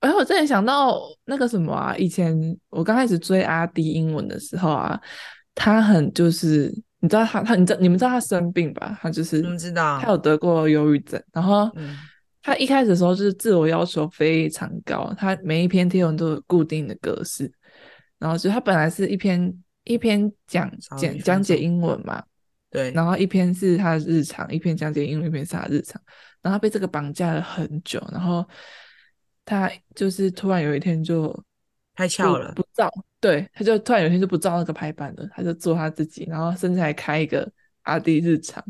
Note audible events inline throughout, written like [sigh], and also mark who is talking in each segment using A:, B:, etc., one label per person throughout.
A: 哎我真的想到那个什么啊，以前我刚开始追阿迪英文的时候啊，他很就是你知道他他你知道你们知道他生病吧？他就是
B: 我们知道
A: 他有得过忧郁症，然后
B: 嗯
A: 他一开始的时候就是自我要求非常高，他每一篇贴文都有固定的格式，然后就他本来是一篇一篇讲
B: 少一
A: 讲
B: 分
A: 讲解
B: 钟
A: 英文嘛，
B: 对，
A: 然后一篇是他的日常，一篇讲解英文，一篇是他的日常。然后他被这个绑架了很久，然后他就是突然有一天就
B: 太
A: 不
B: 翘了，
A: 不照，对，他就突然有一天就不照那个排版了，他就做他自己，然后甚至还开一个阿弟日常。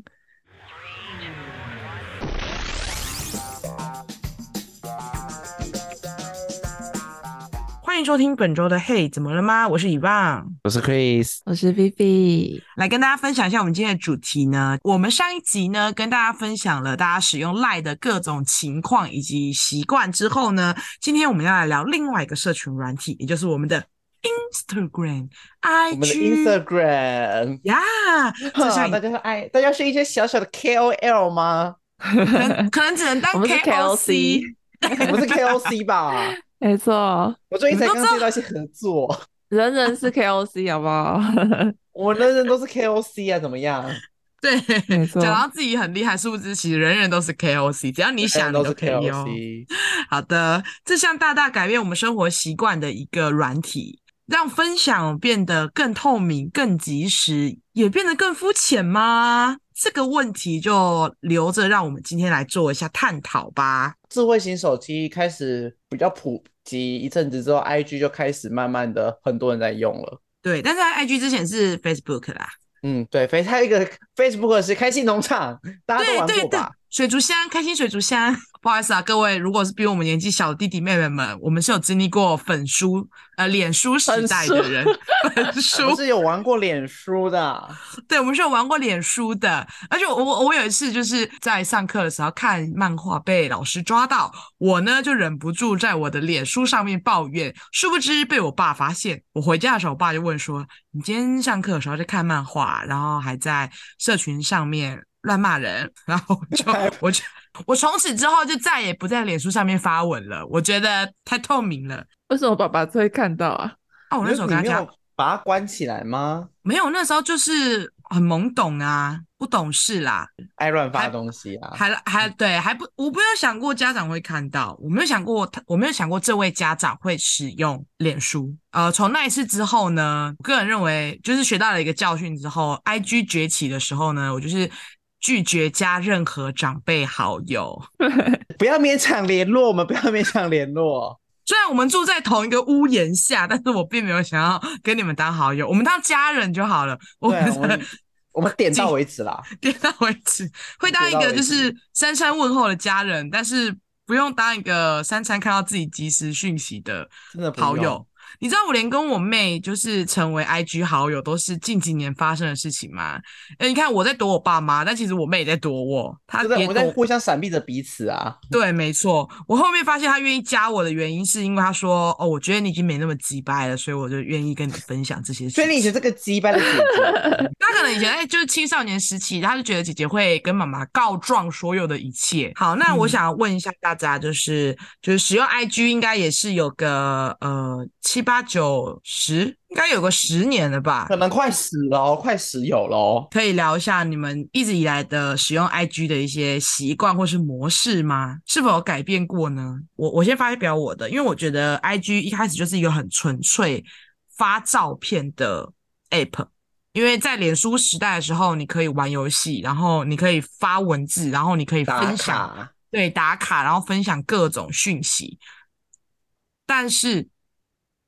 B: 欢迎收听本周的《嘿，怎么了吗？》我是以棒，
C: 我是 Chris，
D: 我是菲菲，
B: 来跟大家分享一下我们今天的主题呢。我们上一集呢跟大家分享了大家使用赖的各种情况以及习惯之后呢，今天我们要来聊另外一个社群软体，也就是我们的 Instagram
C: 我们的
B: IG
C: Instagram。 [laughs]
B: 呀。这
C: 哈
B: 下
C: 大家是爱，大家是一些小小的
B: [laughs]
C: KOL 吗？
B: 可能可能只能
C: [laughs]
B: 当
D: 我们是
B: KOC，
C: 不是 KOC 吧？
A: 没错，
C: 我最近才
B: 你
C: 刚
B: 们都
C: 接到一些合作，
A: 人人是 KOC 好不好？
C: 我人人都是 KOC 啊，怎么样？
B: 对，
A: [laughs]
B: 啊
A: 没错
B: 讲到自己很厉害，殊不知其实人人都是 KOC，只要你想
C: 人人
B: 你
C: 都
B: 都
C: 是
B: 可以哦。
C: KOC，
B: 好的，这项大大改变我们生活习惯的一个软体，让分享变得更透明、更及时，也变得更肤浅吗？这个问题就留着让我们今天来做一下探讨吧。
C: 智慧型手机开始比较普及一阵子之后，IG 就开始慢慢的很多人在用了。
B: 对，但是在 IG 之前是 Facebook 啦，
C: 嗯，对，非它一个 Facebook 是开心农场，大家都
B: 对
C: 玩
B: 对
C: 过
B: 对
C: 吧？，
B: 水族箱，开心水族箱。不好意思啊，各位，如果是比我们年纪小的弟弟妹妹们，我们是有经历过粉书呃脸书时
A: 粉
B: 代
A: 书
B: 的人， [laughs]
C: [laughs]
B: 粉书
C: 我是有玩过脸书的，啊
B: 对，我们是有玩过脸书的，而且我我我有一次就是在上课的时候看漫画被老师抓到，我呢就忍不住在我的脸书上面抱怨，殊不知被我爸发现。我回家的时候，我爸就问说：“你今天上课的时候在看漫画，然后还在社群上面乱骂人。” [laughs] 然后我
C: [laughs]
B: 就我就我从此之后就再也不在脸书上面发文了，我觉得太透明了。
A: 为什么爸爸会看到啊？
B: 啊，我那时候
C: 你
B: 跟他
C: 没
B: 讲，
C: 有把它关起来吗？
B: 没有，那时候就是很懵懂啊，不懂事啦。
C: 爱乱发东西啊！
B: 还还对，还不，我没有想过家长会看到，我没有想过他，我没有想过这位家长会使用脸书。呃，从那一次之后呢，我个人认为就是学到了一个教训之后，IG 崛起的时候呢，我就是拒绝加任何长辈好友。
C: 不要勉强联络，我们不要勉强联络。
B: 虽然我们住在同一个屋檐下，但是我并没有想要跟你们当好友，我们当家人就好了。我
C: 对
B: 们
C: [laughs] 啊，我 [laughs] 们我们点到为止啦。
B: [laughs] 点到为止，会当一
C: 点到
B: 个
C: 为
B: 就是
C: 止
B: 三餐问候的家人，但是不用当一个三餐看到自己即时讯息的
C: 真的不
B: 好友
C: 用。
B: 你知道我连跟我妹就是成为 IG 好友都是近几年发生的事情吗？哎，你看我在躲我爸妈，但其实我妹也在躲我，她
C: 就在
B: 也
C: 我们在
B: 躲
C: 互相闪避着彼此 [laughs] 啊。
B: 对，没错。我后面发现他愿意加我的原因，是因为他说：“哦，我觉得你已经没那么鸡掰了，所以我就愿意跟你分享这些事
C: 所以你以
B: 情
C: 前这个鸡掰的姐姐，
B: 他可能以前在就是青少年时期，他就觉得姐姐会跟妈妈告状所有的一切。好，那我
A: 嗯
B: 想问一下大家，就是、就是使用 IG 应该也是有个呃七八九十，应该有个十年了吧
C: 可？能快死了哦，快死有了哦。
B: 可以聊一下你们一直以来的使用 IG 的一些习惯或是模式吗？是否有改变过呢？我我先发表我的，因为我觉得 IG 一开始就是一个很纯粹发照片的 app，因为在脸书时代的时候，你可以玩游戏，然后你可以发文字，然后你可以
C: [laughs] 打
B: 分享，
C: 卡，
B: 对，打卡，然后分享各种讯息。但是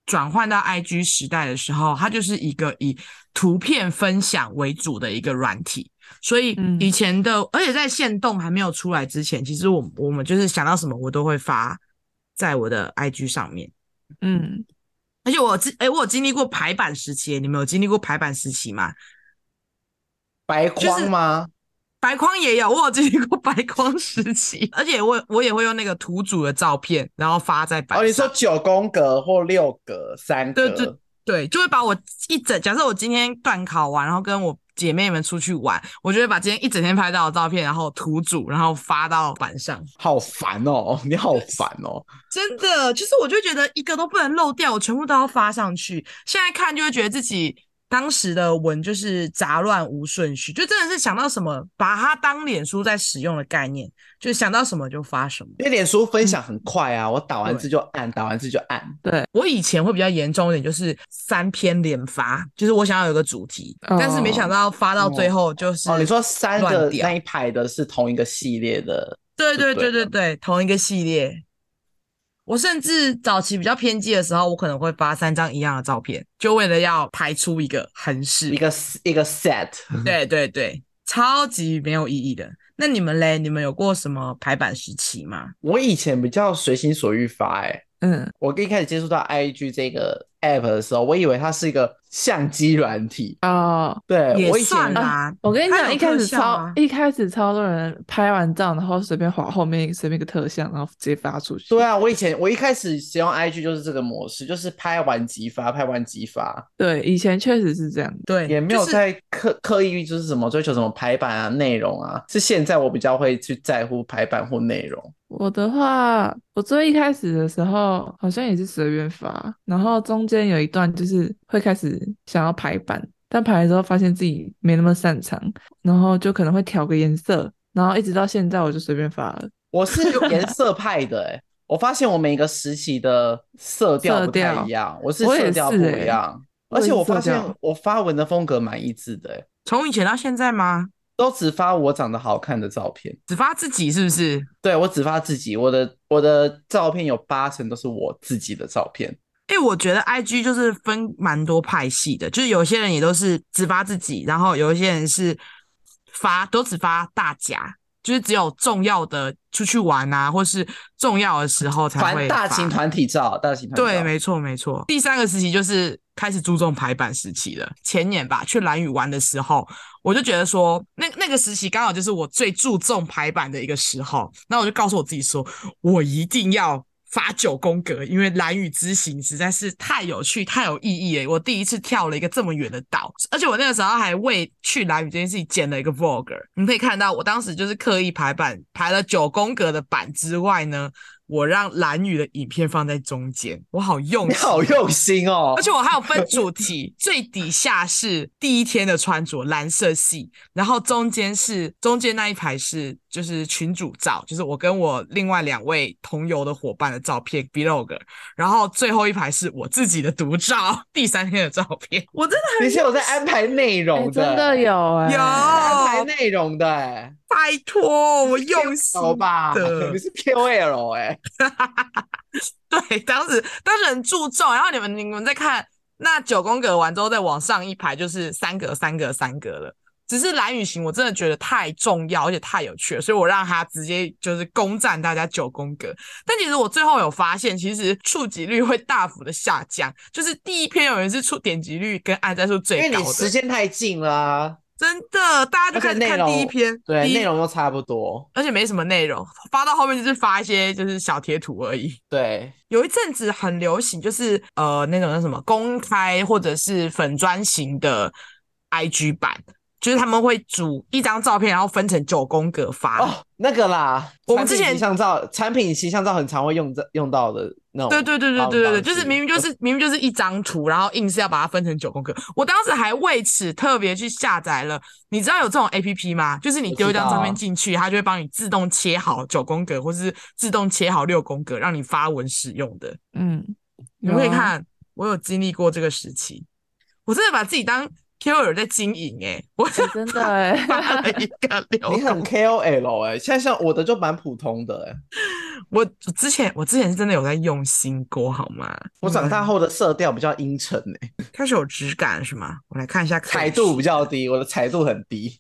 B: 转换到 IG 时代的时候，它就是一个以图片分享为主的一个软体。所以
A: 嗯
B: 以前的，而且在限动还没有出来之前，其实我我们就是想到什么，我都会发在我的 IG 上面。
A: 嗯，
B: 而且我有经，哎、我有经历过排版时期，你们有经历过排版时期吗？
C: 白框吗？
B: 白框也有，我有经历过白框时期， [laughs] 而且我我也会用那个图组的照片，然后发在版上。
C: 哦，你说九宫格或六格、三格，
B: 对对对，就会把我一整，假设我今天段考完，然后跟我姐妹们出去玩，我就会把今天一整天拍到的照片，然后图组，然后发到板上。
C: 好烦哦，你好烦 [laughs] 哦，
B: 真的，就是我就觉得一个都不能漏掉，我全部都要发上去。现在看就会觉得自己当时的文就是杂乱无顺序，就真的是想到什么把它当脸书在使用的概念，就想到什么就发什么。
C: 因为脸书分享很快啊，我打完字就按，打完字就按。
B: 我以前会比较严重一点，就是三篇连发，就是我想要有个主题，但是没想到发到最后就是
C: 嗯哦，你说三
B: 乱
C: 个
B: 掉
C: 那一排的是同一个系列的，
B: 对对
C: 就
B: 对
C: 对
B: 对
C: 了
B: 对，同一个系列。我甚至早期比较偏激的时候，我可能会发三张一样的照片，就为了要排出一个痕式。
C: 一个一个 set。
B: 对对对，超级没有意义的。那你们嘞？你们有过什么排版时期吗？
C: 我以前比较随心所欲发、欸，
A: 嗯，
C: 我一开始接触到 IG 这个 app 的时候，我以为它是一个相机软体。
A: 哦，
C: 对，
B: 也
C: 呃我以前
B: 算啊啦。
A: 我跟你
B: 它
A: 讲，
B: 有
A: 一开
B: 特
A: 始
B: 效
A: 超
B: 吗
A: 一开始超多人拍完照，然后随便划后面随便一个特效，然后直接发出去。
C: 对啊，我以前我一开始使用 IG 就是这个模式，就是拍完即发，拍完即发，
A: 对，以前确实是这样的。
B: 对，
C: 也没有
B: 就是
C: 在刻、刻意就是什么追求什么排版啊、内容啊。是现在我比较会去在乎排版或内容。
A: 我的话，我最一开始的时候好像也是随便发，然后中间有一段就是会开始想要排版，但排了之后发现自己没那么擅长，然后就可能会调个颜色，然后一直到现在我就随便发了。
C: 我是颜色派的、欸，我发现我每个时期的色调
A: 色
C: 不太
A: 调
C: 一样，我是
A: 我也
C: 色调不
A: 是欸
C: 一样，而且
A: 我也是
C: 我发
A: 色
C: 现
A: 调
C: 我发文的风格蛮一致的、欸。
B: 从以前到现在吗？
C: 都只发我长得好看的照片，
B: 只发自己是不是？
C: 对我只发自己，我的我的照片有八成都是我自己的照片。
B: 哎、我觉得 I G 就是分蛮多派系的，就是有些人也都是只发自己，然后有一些人是发都只发大家，就是只有重要的出去玩啊，或是重要的时候才
C: 团
B: 会
C: 大
B: 发
C: 型团体照，大型团体哦
B: 对，
C: 照
B: 没错没错。第三个时期就是开始注重排版时期了。前年吧，去蓝屿玩的时候，我就觉得说，那那个时期刚好就是我最注重排版的一个时候。那我就告诉我自己说，我一定要。发九宫格，因为蓝屿之行实在是太有趣、太有意义了。我第一次跳了一个这么远的岛，而且我那个时候还为去蓝屿这件事情剪了一个 vlog。你可以看到，我当时就是刻意排版，排了九宫格的版之外呢，我让蓝宇的影片放在中间，我好用
C: 你
B: 心，
C: 好用心哦，
B: 而且我还有分主题，最底下是第一天的穿着蓝色系，然后中间是中间那一排是就是群主照，就是我跟我另外两位同游的伙伴的照片 vlog，然后最后一排是我自己的独照，第三天的照片，我真的
C: 而且我在安排内容
A: 哎真的
C: 有
A: 有哎、
B: 欸有
C: 安排内容的、欸，
B: 拜托哦我用心
C: 好吧
B: 的？
C: 你是 KOL 哎、
B: [laughs] 对，当时当时很注重，然后你们你们在看那九宫格完之后，再往上一排就是三格、三格、三格了。只是蓝雨行，我真的觉得太重要，而且太有趣了，所以我让他直接就是攻占大家九宫格。但其实我最后有发现，其实触及率会大幅的下降，就是第一篇有人是触点击率跟按赞数
C: 因为
B: 最高
C: 你时
B: 的，
C: 间太近啊啦、
B: 真的，大家就
C: 而且
B: 开始
C: 内
B: 看
C: 容
B: 第一篇，
C: 对，
B: 第一
C: 内容都差不多，
B: 而且没什么内容，发到后面就是发一些就是小贴图而已。
C: 对，
B: 有一阵子很流行，就是呃那种叫什么公开或者是粉砖型的 IG 版，就是他们会组一张照片，然后分成九宫格发。
C: 哦，那个啦，
B: 啊我们之
C: 产
B: 前
C: 品形象照、产品形象照很常会用这用到的那种
B: 对
C: 方式，
B: 对对对对对对，就是明明就是明明就是一张图，然后硬是要把它分成九宫格。我当时还为此特别去下载了，你知道有这种 A P P 吗？就是你
C: 我
B: 丢一
C: 知
B: 张照片
C: 道啊
B: 进去，它就会帮你自动切好九宫格，或是自动切好六宫格，让你发文使用的。
A: 嗯，
B: 你们可以
A: 有啊
B: 看，我有经历过这个时期，我真的把自己当 KOL 在经营诶、我
A: 哎真的哎、
B: [laughs] 发了一
C: [laughs]
B: 个流
C: 你很
B: 动。
C: KOL 哎、现在像我的就蛮普通的哎、
B: 我之前我之前是真的有在用心过，好吗？
C: 我长大
B: 嗯
C: 后的色调比较阴沉哎、
B: 开始有质感是吗？我来看一下可
C: 彩度
B: 视
C: 比较低，我的彩度很
B: [laughs]
C: 低。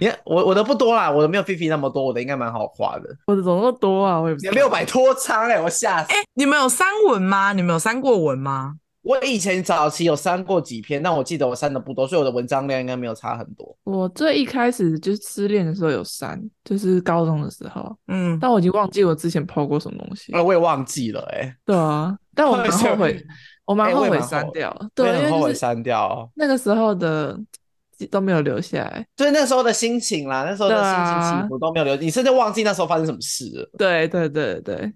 C: 你看我我的不多啦，我的没有菲菲那么多，我的应该蛮好画的。
A: 我的怎么那么多啊？我也不知
C: 有
A: 道
C: 六百多张哎、我吓死！
B: 哎、你们有删文吗？你们有删过文吗？
C: 我以前早期有删过几篇，但我记得我删的不多，所以我的文章量应该没有差很多。
A: 我最一开始就是失恋的时候有删，就是高中的时候，
B: 嗯，
A: 但我已经忘记我之前抛过什么东西。
C: 啊，我也忘记了哎、
A: 对啊，但我蛮后悔，我蛮
C: 哎
A: 后
C: 我也
A: 悔
C: 蛮后
A: 删
C: 悔哦
A: 掉了。
C: 我
A: 对，
C: 也
A: 因
C: 很
A: 为
C: 后
A: 就
C: 悔
A: 是
C: 删掉。
A: 那个时候的都没有留下来。
C: 就是那时候的心情啦，那时候的
A: 啊
C: 心情起伏都没有留，你甚至忘记那时候发生什么事了。
A: 对对对对，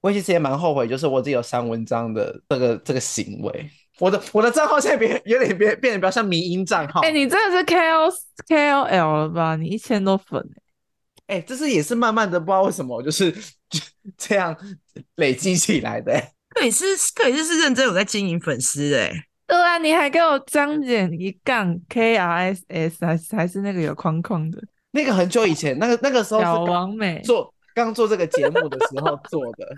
C: 我其实也蛮后悔，就是我自己有删文章的这个这个行为。我的我的账号现在变 [laughs] 有点变变得比较像迷音账号。
A: 哎、你真的是 KOL KOL 了吧？你一千多粉、欸，
C: 哎、这是也是慢慢的，不知道为什么就是 [laughs] 这样累积起来的、哎
B: 克里斯，克里斯是认真有在经营粉丝的、欸，
A: 对啊，你还给我张简一杠 KRSS 还是还是那个有框框的
C: 那个很久以前，那个那个时候
A: 小
C: 是刚
A: 王美，
C: 做刚做这个节目的时候做的。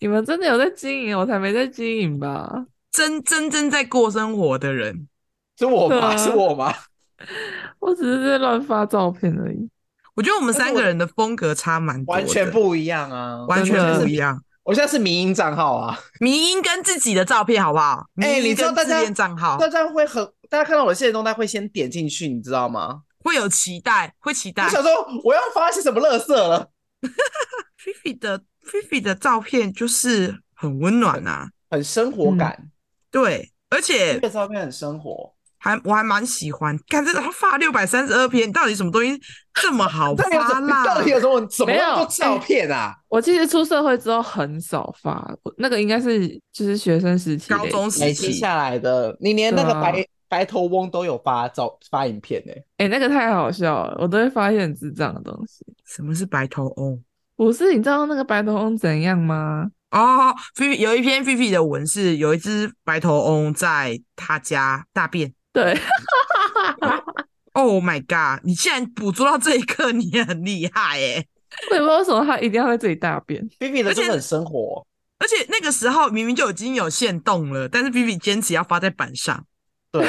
A: 你们真的有在经营，我才没在经营吧？
B: 真真正在过生活的人。
C: 是我
A: 对
C: 吗？
A: 啊
C: 是我吗？
A: 我只是在乱发照片而已。
B: 我觉得我们三
C: 但是我
B: 个人的风格差蛮多的，
C: 完全不一样啊！
B: 完
A: 真
B: 全
A: 的
B: 不一样。
C: 我现在是迷音账号啊，
B: 迷音跟自己的照片好不好？
C: 哎
B: 迷
C: 你
B: 音
C: 知道
B: 跟
C: 大
B: 自
C: 家
B: 恋账号
C: 大家会很，大家看到我的现实动态会先点进去，你知道吗？
B: 会有期待，会期待
C: 我。想说我要发些什么乐色了，
B: 菲菲的菲菲的照片就是很温暖呐、啊，
C: 很生活
B: 嗯
C: 感，
B: 对，而
C: 这
B: 且
C: 个照片很生活。
B: 还我还蛮喜欢。看这他发六百三十二篇，到底什么东西这么好
C: [laughs] 到底有
B: 发
C: 什
B: 啦？
C: 到底有什么什么
A: 没有
C: 叫做照片啊？
A: 我其实出社会之后很少发，我那个应该是就是学生时期
B: 高
A: 累
B: 中
A: 积
B: 时
C: 累
B: 期
C: 积下来的，你连那个
A: 对啊
C: 白、白头翁都有发照发影片呢、
A: 哎、那个太好笑了，我都会发现很智障的东西。
B: 什么是白头翁？
A: 不是，你知道那个白头翁怎样吗？
B: 哦，菲菲有一篇菲菲的文是有一只白头翁在他家大便。
A: 对， [laughs]
B: Oh my god！你竟然捕捉到这一刻，你也很厉害耶！
A: 我也不知道为什么他一定要在这里大便。
C: b B 的
B: 而且
C: 真的很生活，
B: 而且那个时候明明就已经有限动了，但是 B B 坚持要发在板上。
C: 对，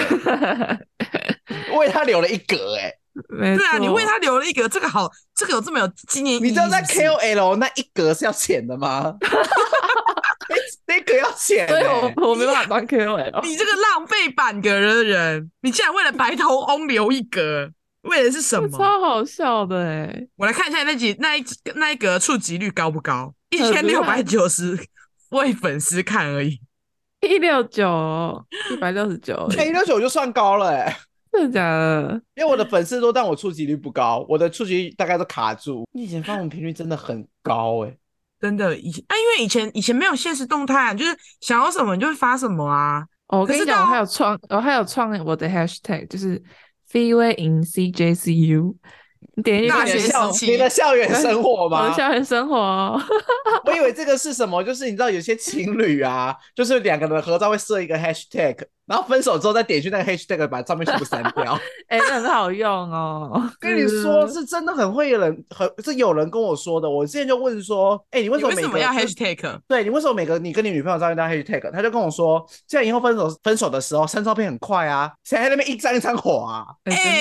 C: 为他留了一格
B: [laughs]
C: 哎、
A: 没
B: 对啊，
A: 错
B: 你为他留了一个这个好，这个有这么有纪念意义
C: 你知道在
B: 是不是
C: KOL 那一格是要钱
B: [laughs]
C: 的吗？那那格要钱、欸，
A: 所以我我没办法当 KOL。
B: 你这个浪费版格的人，你竟然为了白头翁留一格，为的是什
A: 这
B: 么？
A: 超好笑的哎、
B: 我来看一下那几那一那一格触及率高不高？一千六百九十位粉丝看而已。
A: 一六九，哦一百六十九，哦
C: 一六九就算高了哎、
A: 真的假的？
C: 因为我的粉丝多，但我触及率不高，我的触及率大概都卡住。你以前发文频率真的很高哎、
B: 真的，以前啊，因为以前以前没有现实动态啊，你就是想要什么你就会发什么啊。
A: 哦，我跟
B: 可
A: 你
B: 是
A: 讲，我
B: 到
A: 还有创，我还有创我的 hashtag，就是 freeway in CJCU。你点进去
B: 大
A: 看
B: 学
A: 一下
B: 校
C: 校
B: 时期
C: 你的校园生活
A: 我的
C: 吗？
A: 校园生活哦、
C: 我以为这个是什么，就是你知道有些情侣啊，就是两个人的合照会设一个 hashtag，然后分手之后再点去那个 hashtag 把照片全部删掉。
A: 哎、那很好用
B: [laughs]
A: 哦。
C: 跟你说，是真的很会有人，很是有人跟我说的。我之前就问说，哎、你为
B: 你
C: 什么
B: 为
C: 每
B: 什
C: 个
B: 么要 hashtag？
C: 对你为什么每个你跟你女朋友照片都要 hashtag？他就跟我说，这样以后分手分手的时候删照片很快啊，谁还在那边一张一张火啊？
A: 哎、真的、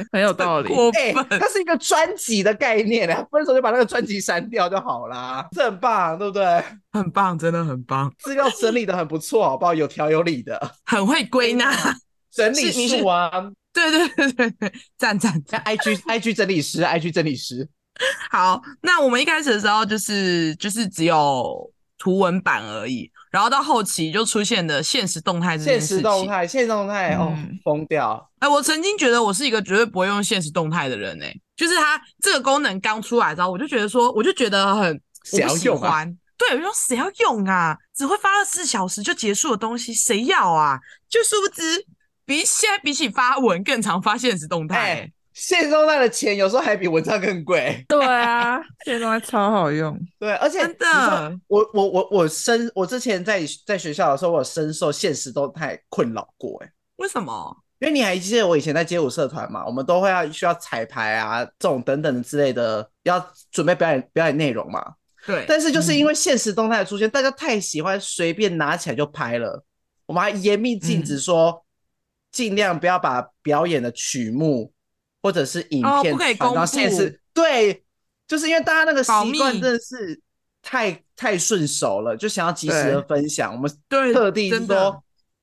A: 欸，很有道理。
B: 过
C: [laughs] 哎、
B: 分。
C: 它是一个专辑的概念啊， [laughs] 分手就把那个专辑删掉就好啦，这很棒，对不对？
B: 很棒，真的很棒，
C: 资料整理的很不错，好不好？有条有理的
B: 很会归纳。
C: [laughs] 啊整理
B: 是你是
C: 术啊，
B: 对对对对对，赞赞
C: 像
B: 赞。
C: IG IG 整理师，IG 整理师，
B: 好，那我们一开始的时候就是就是只有图文版而已，然后到后期就出现了现实动态这件
C: [laughs] 现
B: 事
C: 实
B: 情。
C: 动态，现实动态、哦
A: 嗯，
C: 疯掉。
B: 哎、我曾经觉得我是一个绝对不会用现实动态的人诶、就是它这个功能刚出来之后，我就觉得说，我就觉得很
C: 谁要用啊
B: 我不喜欢对，我就说谁要用啊？只会发二十四小时就结束的东西，谁要啊？就殊不知，比现在比起发文更常发现实动态、
C: 哎
B: 欸
C: 现实动态的钱有时候还比文章更贵，
A: 对啊，现在东西超好用。
C: 对，而且
B: 真
C: 你知道
B: 的。
C: 我我我我深，我之前在在学校的时候，我有深受现实动态困扰过、欸，
B: 为什么？
C: 因为你还记得我以前在街舞社团嘛，我们都会要需要彩排啊，这种等等之类的，要准备表演表演内容嘛。
B: 对，
C: 但是就是因
B: 嗯
C: 为现实动态的出现，大家太喜欢随便拿起来就拍了，我们还严密禁
B: 嗯
C: 止说，尽量不要把表演的曲目或者是影
B: 哦
C: 片
B: 不可以
C: 传到
B: 公
C: 现
B: 布
C: 实。对，就是因为大家那个
B: 保
C: 习惯
B: 密
C: 真的是太太顺手了，就想要及时
A: 对
C: 的分享。我们
B: 对
C: 特地
B: 真
C: 说
B: 的。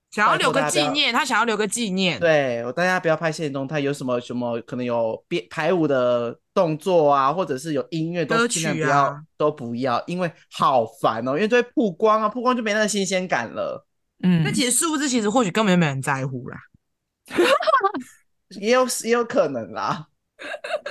B: 想要
C: 拜托
B: 留个
C: 大家不
B: 纪
C: 要
B: 念，他想要留个纪念。
C: 对我，大家不要拍现实动态，有什么什么可能有编排舞的动作啊，或者是有音乐都
B: 歌
C: 尽量
B: 曲
C: 不要，
B: 啊
C: 都不要，因为好烦哦，因为就会曝光啊，曝光就没那个新鲜感了。
A: 嗯
B: 那，其实殊不知，其实或许根本就没有人在乎啦。
C: 也有也有可能啦。 [laughs]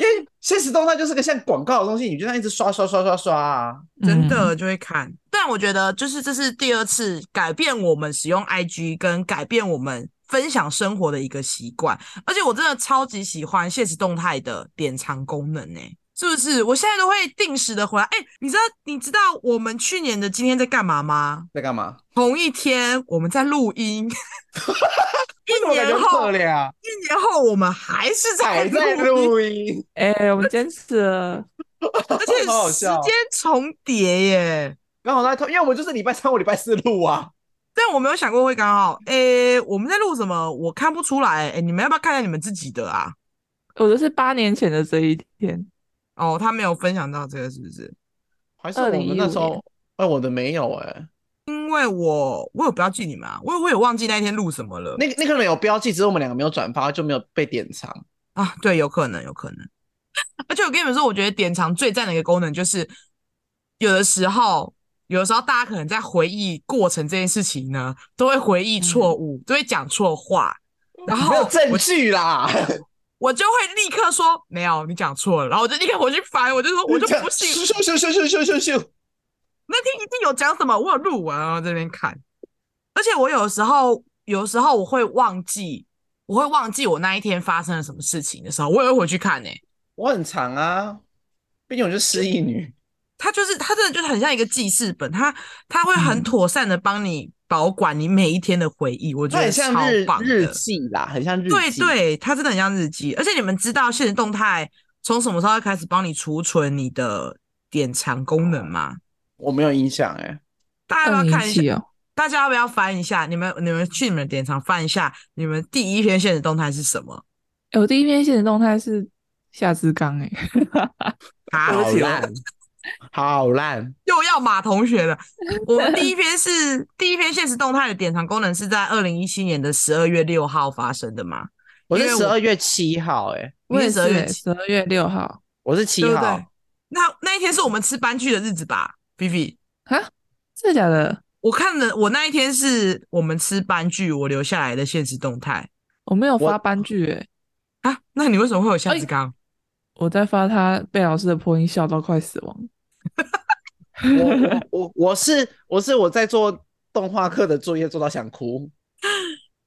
C: 因为现实动态就是个像广告的东西，你就这样一直刷刷刷刷刷啊。
A: 嗯
B: 真的就会看。但我觉得，就是这是第二次改变我们使用 IG 跟改变我们分享生活的一个习惯，而且我真的超级喜欢现实动态的典藏功能呢、是不是？我现在都会定时的回来。哎、你知道你知道我们去年的今天在干嘛吗？
C: 在干嘛？
B: 同一天我们在录音，
C: [laughs] 为什
B: 一
C: 么感觉
B: 年后
C: 可怜啊？
B: 一年后我们还是在
C: 还在
B: 录音，
C: 录音，
A: 哎、我们坚持了，
B: [laughs] 而且
C: 好好
B: 时
C: 笑
B: 间重叠耶。
C: 刚好在同，因为我们就是礼拜三或礼拜四录啊。
B: 但我没有想过会刚好，诶、我们在录什么？我看不出来、诶、你们要不要看一下你们自己的啊？
A: 我就是八年前的这一天，
B: 哦，他没有分享到这个，是不是？
C: 还是我们那时
A: 2015
C: 候
A: 年，
C: 哎，我的没有哎、
B: 因为我我有标记你们啊，我我也忘记那一天录什么了。
C: 那个那个人有标记，只是我们两个没有转发，就没有被典藏。
B: 啊，对，有可能，有 [laughs] 可能。而且我跟你们说，我觉得典藏最赞的一个功能就是，有的时候，有的时候大家可能在回忆过程这件事情呢，都会回忆错误，
C: 嗯
B: 都会讲错话，然
C: 没有
B: 后
C: 证据啦，
B: 我就会立刻说没有，你讲错了，然后我就立刻回去翻，我就说我
C: [laughs]
B: 就不信，
C: 咻咻咻咻咻咻咻咻，
B: 那天一定有讲什么，我有录完，然后这边看。而且我有时候，有时候我会忘记，我会忘记我那一天发生了什么事情的时候，我也会回去看呢、
C: 我很长啊，毕竟我是失忆 [laughs] 女。
B: 它就是它真的就是很像一个记事本，它它会很
A: 嗯
B: 妥善的帮你保管你每一天的回忆，我觉
C: 它
B: 得
C: 很
B: 超
C: 像日
B: 棒
C: 日
B: 的。
C: 记啦，很像日记。
B: 对，对，它真的很像日记。而且你们知道现实动态从什么时候开始帮你储存你的典藏功能吗？
C: 我没有印象哎、
B: 大家要
A: 二
B: 不
A: 零
B: 要看
A: 一
B: 一下？
A: 七哦，
B: 大家要不要翻一下？你们你们去你们的典藏翻一下，你们第一篇现实动态是什么？
A: 哎、我第一篇现实动态是夏之刚、欸，哎，
B: 啊，
C: 好
B: 对不起
C: 烂，好烂。
B: [laughs] 又要马同学了。我们第一篇是第一篇现实动态的典藏功能是在二零一七年的十二月六号发生的嘛？
C: 我
B: 因
C: 是
B: 为
C: 十
B: 我
C: 二月七号哎、
A: 我也
B: 你是
A: 是、
B: 12月
A: 欸，
B: 几
A: 十二月六号
C: 我是七
B: 对不对
C: 号，？
B: 那那一天是我们吃班剧的日子吧，Vivi？
A: 啊，真的假的？
B: 我看了，我那一天是我们吃班剧，我留下来的现实动态
A: 我没有
C: 我
A: 发班剧、欸，
B: 啊。那你为什么会有
C: 哎
B: 夏志刚？
A: 我在发他被老师的破音笑到快死亡。
C: 我我我我是我是我在做动画课的作业做到想哭，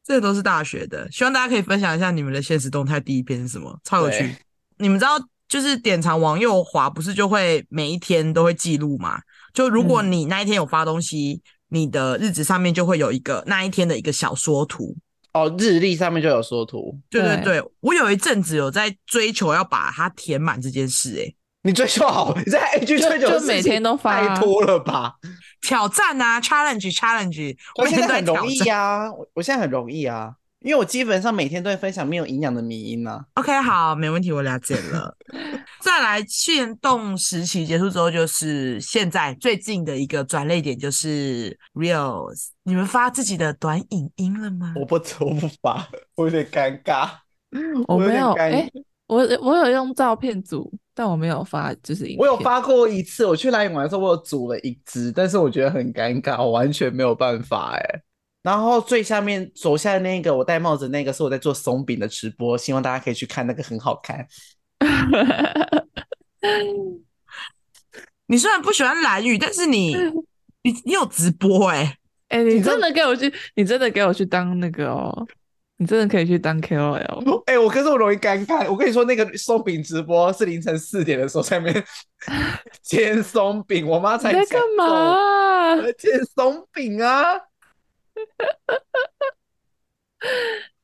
B: 这都是大学的，希望大家可以分享一下你们的现实动态第一篇是什么，超有趣
C: 对。
B: 你们知道，就是典藏往右滑，不是就会每一天都会记录嘛？就如果
A: 嗯
B: 你那一天有发东西，你的日子上面就会有一个那一天的一个小说图。
C: 哦，日历上面就有说图，
B: 对对
A: 对
B: 对，我有一阵子有在追求要把它填满这件事、欸，
C: 你追求好，你在 A G 追
A: 就
C: 求的事
A: 每
C: 情
A: 天都发啊
C: 太多了吧？
B: 挑战啊，challenge challenge，我
C: 我
B: 每
C: 现
B: 天
C: 在
B: 都在挑
C: 很容易
B: 战。
C: 啊，我我现在很容易啊，因为我基本上每天都会分享没有营养的迷音啊。
B: OK，好，没问题，我了解了。再来，限动时期结束之后，就是现在最近的一个转类点就是 Reels。你们发自己的短影音了吗？
C: 我不我不发， [laughs] 我有点尴尬，
A: 我
C: 嗯有
A: 没
C: 点
A: 有，
C: 尴
A: 哎、我我有用照片组，但我没有发，就是影
C: 我有
A: 片。
C: 发过一次，我去蓝影玩的时候，我有组了一只，但是我觉得很尴尬，我完全没有办法哎、然后最下面左下那个我戴帽子那个是我在做松饼的直播，希望大家可以去看，那个很好看。
B: 你虽然不喜欢蓝雨，但是你你你有直播哎、
A: 哎、你
C: 知道
A: 真的给我去，你真的给我去当那个哦，你真的可以去当
C: [laughs]
A: KOL。
C: 哎、我可是我容易尴尬，我跟你说那个松饼直播是凌晨四点的时候在
A: [laughs]
C: 那边煎松饼，我妈
A: 你
C: 才
A: 在
C: 想
A: 干嘛
C: 揍我？
A: 啊
C: 我？在煎松饼啊！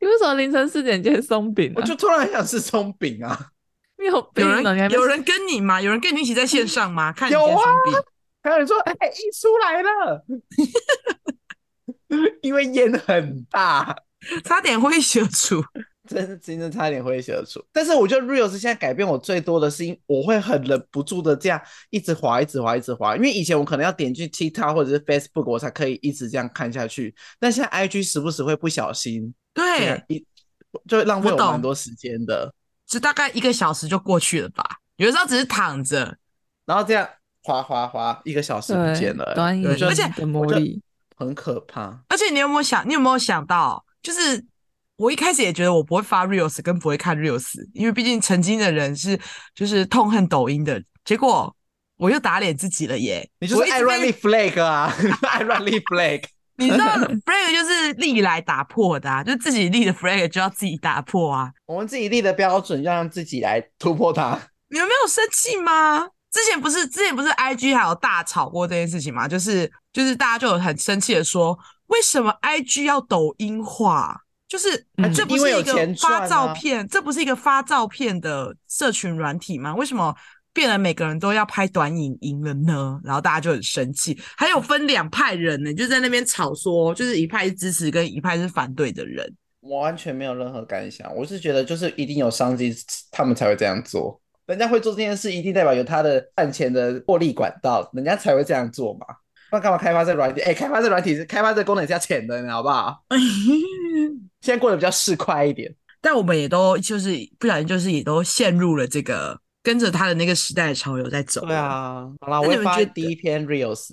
A: 你为什么凌晨四点煎松饼、啊？
C: 我就突然很想吃松饼啊！
A: 你有病
B: 有
A: 哦！
B: 人
A: 你还没
B: 有人跟你吗？有人跟你一起在线上吗？看你
C: 有
B: 在
C: 啊
B: 屏蔽
C: 还有人说：“哎、溢出来了， [laughs] 因为烟很大。”
B: 差点会写出。
C: 真是真的差点会写出，但是我觉得 Reels 现在改变我最多的是因，我会很忍不住的这样一直滑，一直滑，一直滑。因为以前我可能要点去 TikTok 或者是 Facebook，我才可以一直这样看下去。但现在 IG 时不时会不小心这样
B: 对，
C: 一，就会浪费
B: 我
C: 我
B: 懂
C: 蛮多时间的。
B: 就大概一个小时就过去了吧。有的时候只是躺着，
C: 然后这样滑滑滑，一个小时不
A: 对
C: 见了，欸
A: 短影
C: 有
A: 音
C: 时候
B: 而且
A: 的魔
C: 我就
A: 力，
C: 很可怕。
B: 而且你有没有想，你有没有想到，就是我一开始也觉得我不会发 reels 跟不会看 reels，因为毕竟曾经的人是就是痛恨抖音的，结果我又打脸自己了耶！
C: 你就是
B: 我一直
C: 爱乱
B: 被
C: 立 flag 啊， [laughs] 爱乱立 flag。
B: 你知
C: [laughs]
B: 道 flag 就是历来打破的、啊，就自己立的 flag 就要自己打破啊！
C: 我们自己立的标准，要让自己来突破它。
B: 你们没有生气吗？之前不是之前不是 I G 还有大吵过这件事情吗？就是就是大家就有很生气的说，为什么 I G 要抖音化？就是、哎
A: 嗯
B: 这不
C: 因为
B: 是
C: 有
B: 一个
C: 钱
B: 发
C: 赚
B: 照
C: 啊
B: 片，这不是一个发照片的社群软体吗？为什么变得每个人都要拍短影音了呢？然后大家就很生气，还有分两派人呢，就在那边吵说，就是一派是支持跟一派是反对的
C: [laughs]
B: 人。
C: 我完全没有任何感想，我是觉得就是一定有商机，他们才会这样做。人家会做这件事，一定代表有他的赚钱的获利管道，人家才会这样做嘛。那干嘛开发这软体？哎、开发这软体是开发这功能是要钱的，你好不好？现在过得比较市侩一点。
B: 但我们也都就是不小心，就是也都陷入了这个跟着他的那个时代的潮流在走。
C: 对，啊，好啦，我
B: 那你
C: 会
B: 们
C: 发
B: 觉得
C: 第一篇 reels，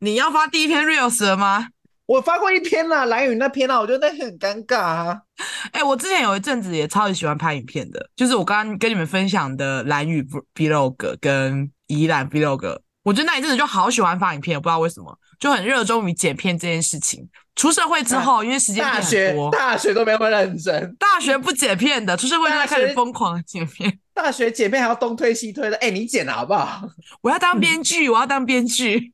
B: 你要发第一篇 reels 了吗？
C: [laughs] 我发过一篇啦，蓝宇那篇啦，我觉得那很尴尬啊。
B: 哎、我之前有一阵子也超级喜欢拍影片的，就是我刚刚跟你们分享的蓝雨 vlog 跟宜兰 vlog，我觉得那一阵子就好喜欢发影片，我不知道为什么，就很热衷于剪片这件事情。出社会之
C: 大
B: 后，因为时间
C: 哎大
B: 变
C: 学
B: 很多，
C: 大学都没那么认真，
B: 大学不剪片的，出社会就
C: 大
B: 会开始
C: 学
B: 疯狂地剪片。
C: 大学姐妹还要东推西推的，哎、你剪了好不好？
B: 我要当编剧，我要当编剧。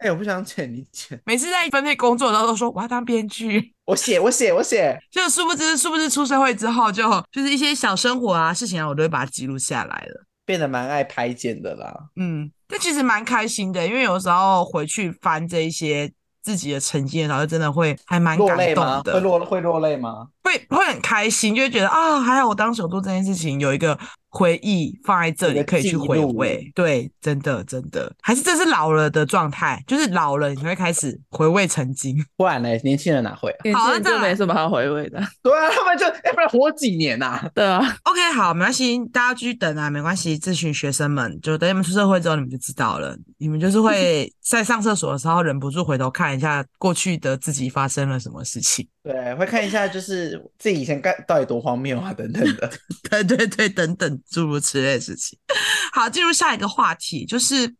C: 哎、我不想剪，你剪，
B: 每次在分配工作的时候都说我要当编剧。
C: 我写，我写，我写。
B: 就殊不知，殊不知出社会之后就，就是一些小生活啊、事情啊，我都会把它记录下来了。
C: 变得蛮爱拍剪的啦。
B: 嗯，但其实蛮开心的，因为有时候回去翻这一些自己的成绩的时候，就真的会还蛮
C: 落
B: 感
C: 泪吗
B: 动？的，
C: 会落会落泪吗？
B: 会会很开心，就会觉得啊，还好我当时有做这件事情，有一个回忆放在这
C: 有
B: 里
C: 个
B: 可以去
C: 记
B: 回
C: 录
B: 味。对，真的真的，还是这是老了的状态，就是老了你会开始回味曾经。
C: 不然呢？年轻人哪会啊？
A: 年轻
B: 好那
A: 人
B: 再
A: 就
B: 来
A: 没什么好回味的，
C: 对啊，他们就要不然活几年呐、
A: 对
C: [laughs]
A: 啊，
B: OK，好，没关系，大家继续等啊，没关系。这群学生们，就等你们出社会之后，你们就知道了。你们就是会在上厕所的时候忍不住回头看一下过去的自己发生了什么事情。
C: 对，会看一下就是自己以前干到底多荒谬啊，等等的。
B: [laughs] 对对对，等等诸如此类的事情。好，进入下一个话题，就是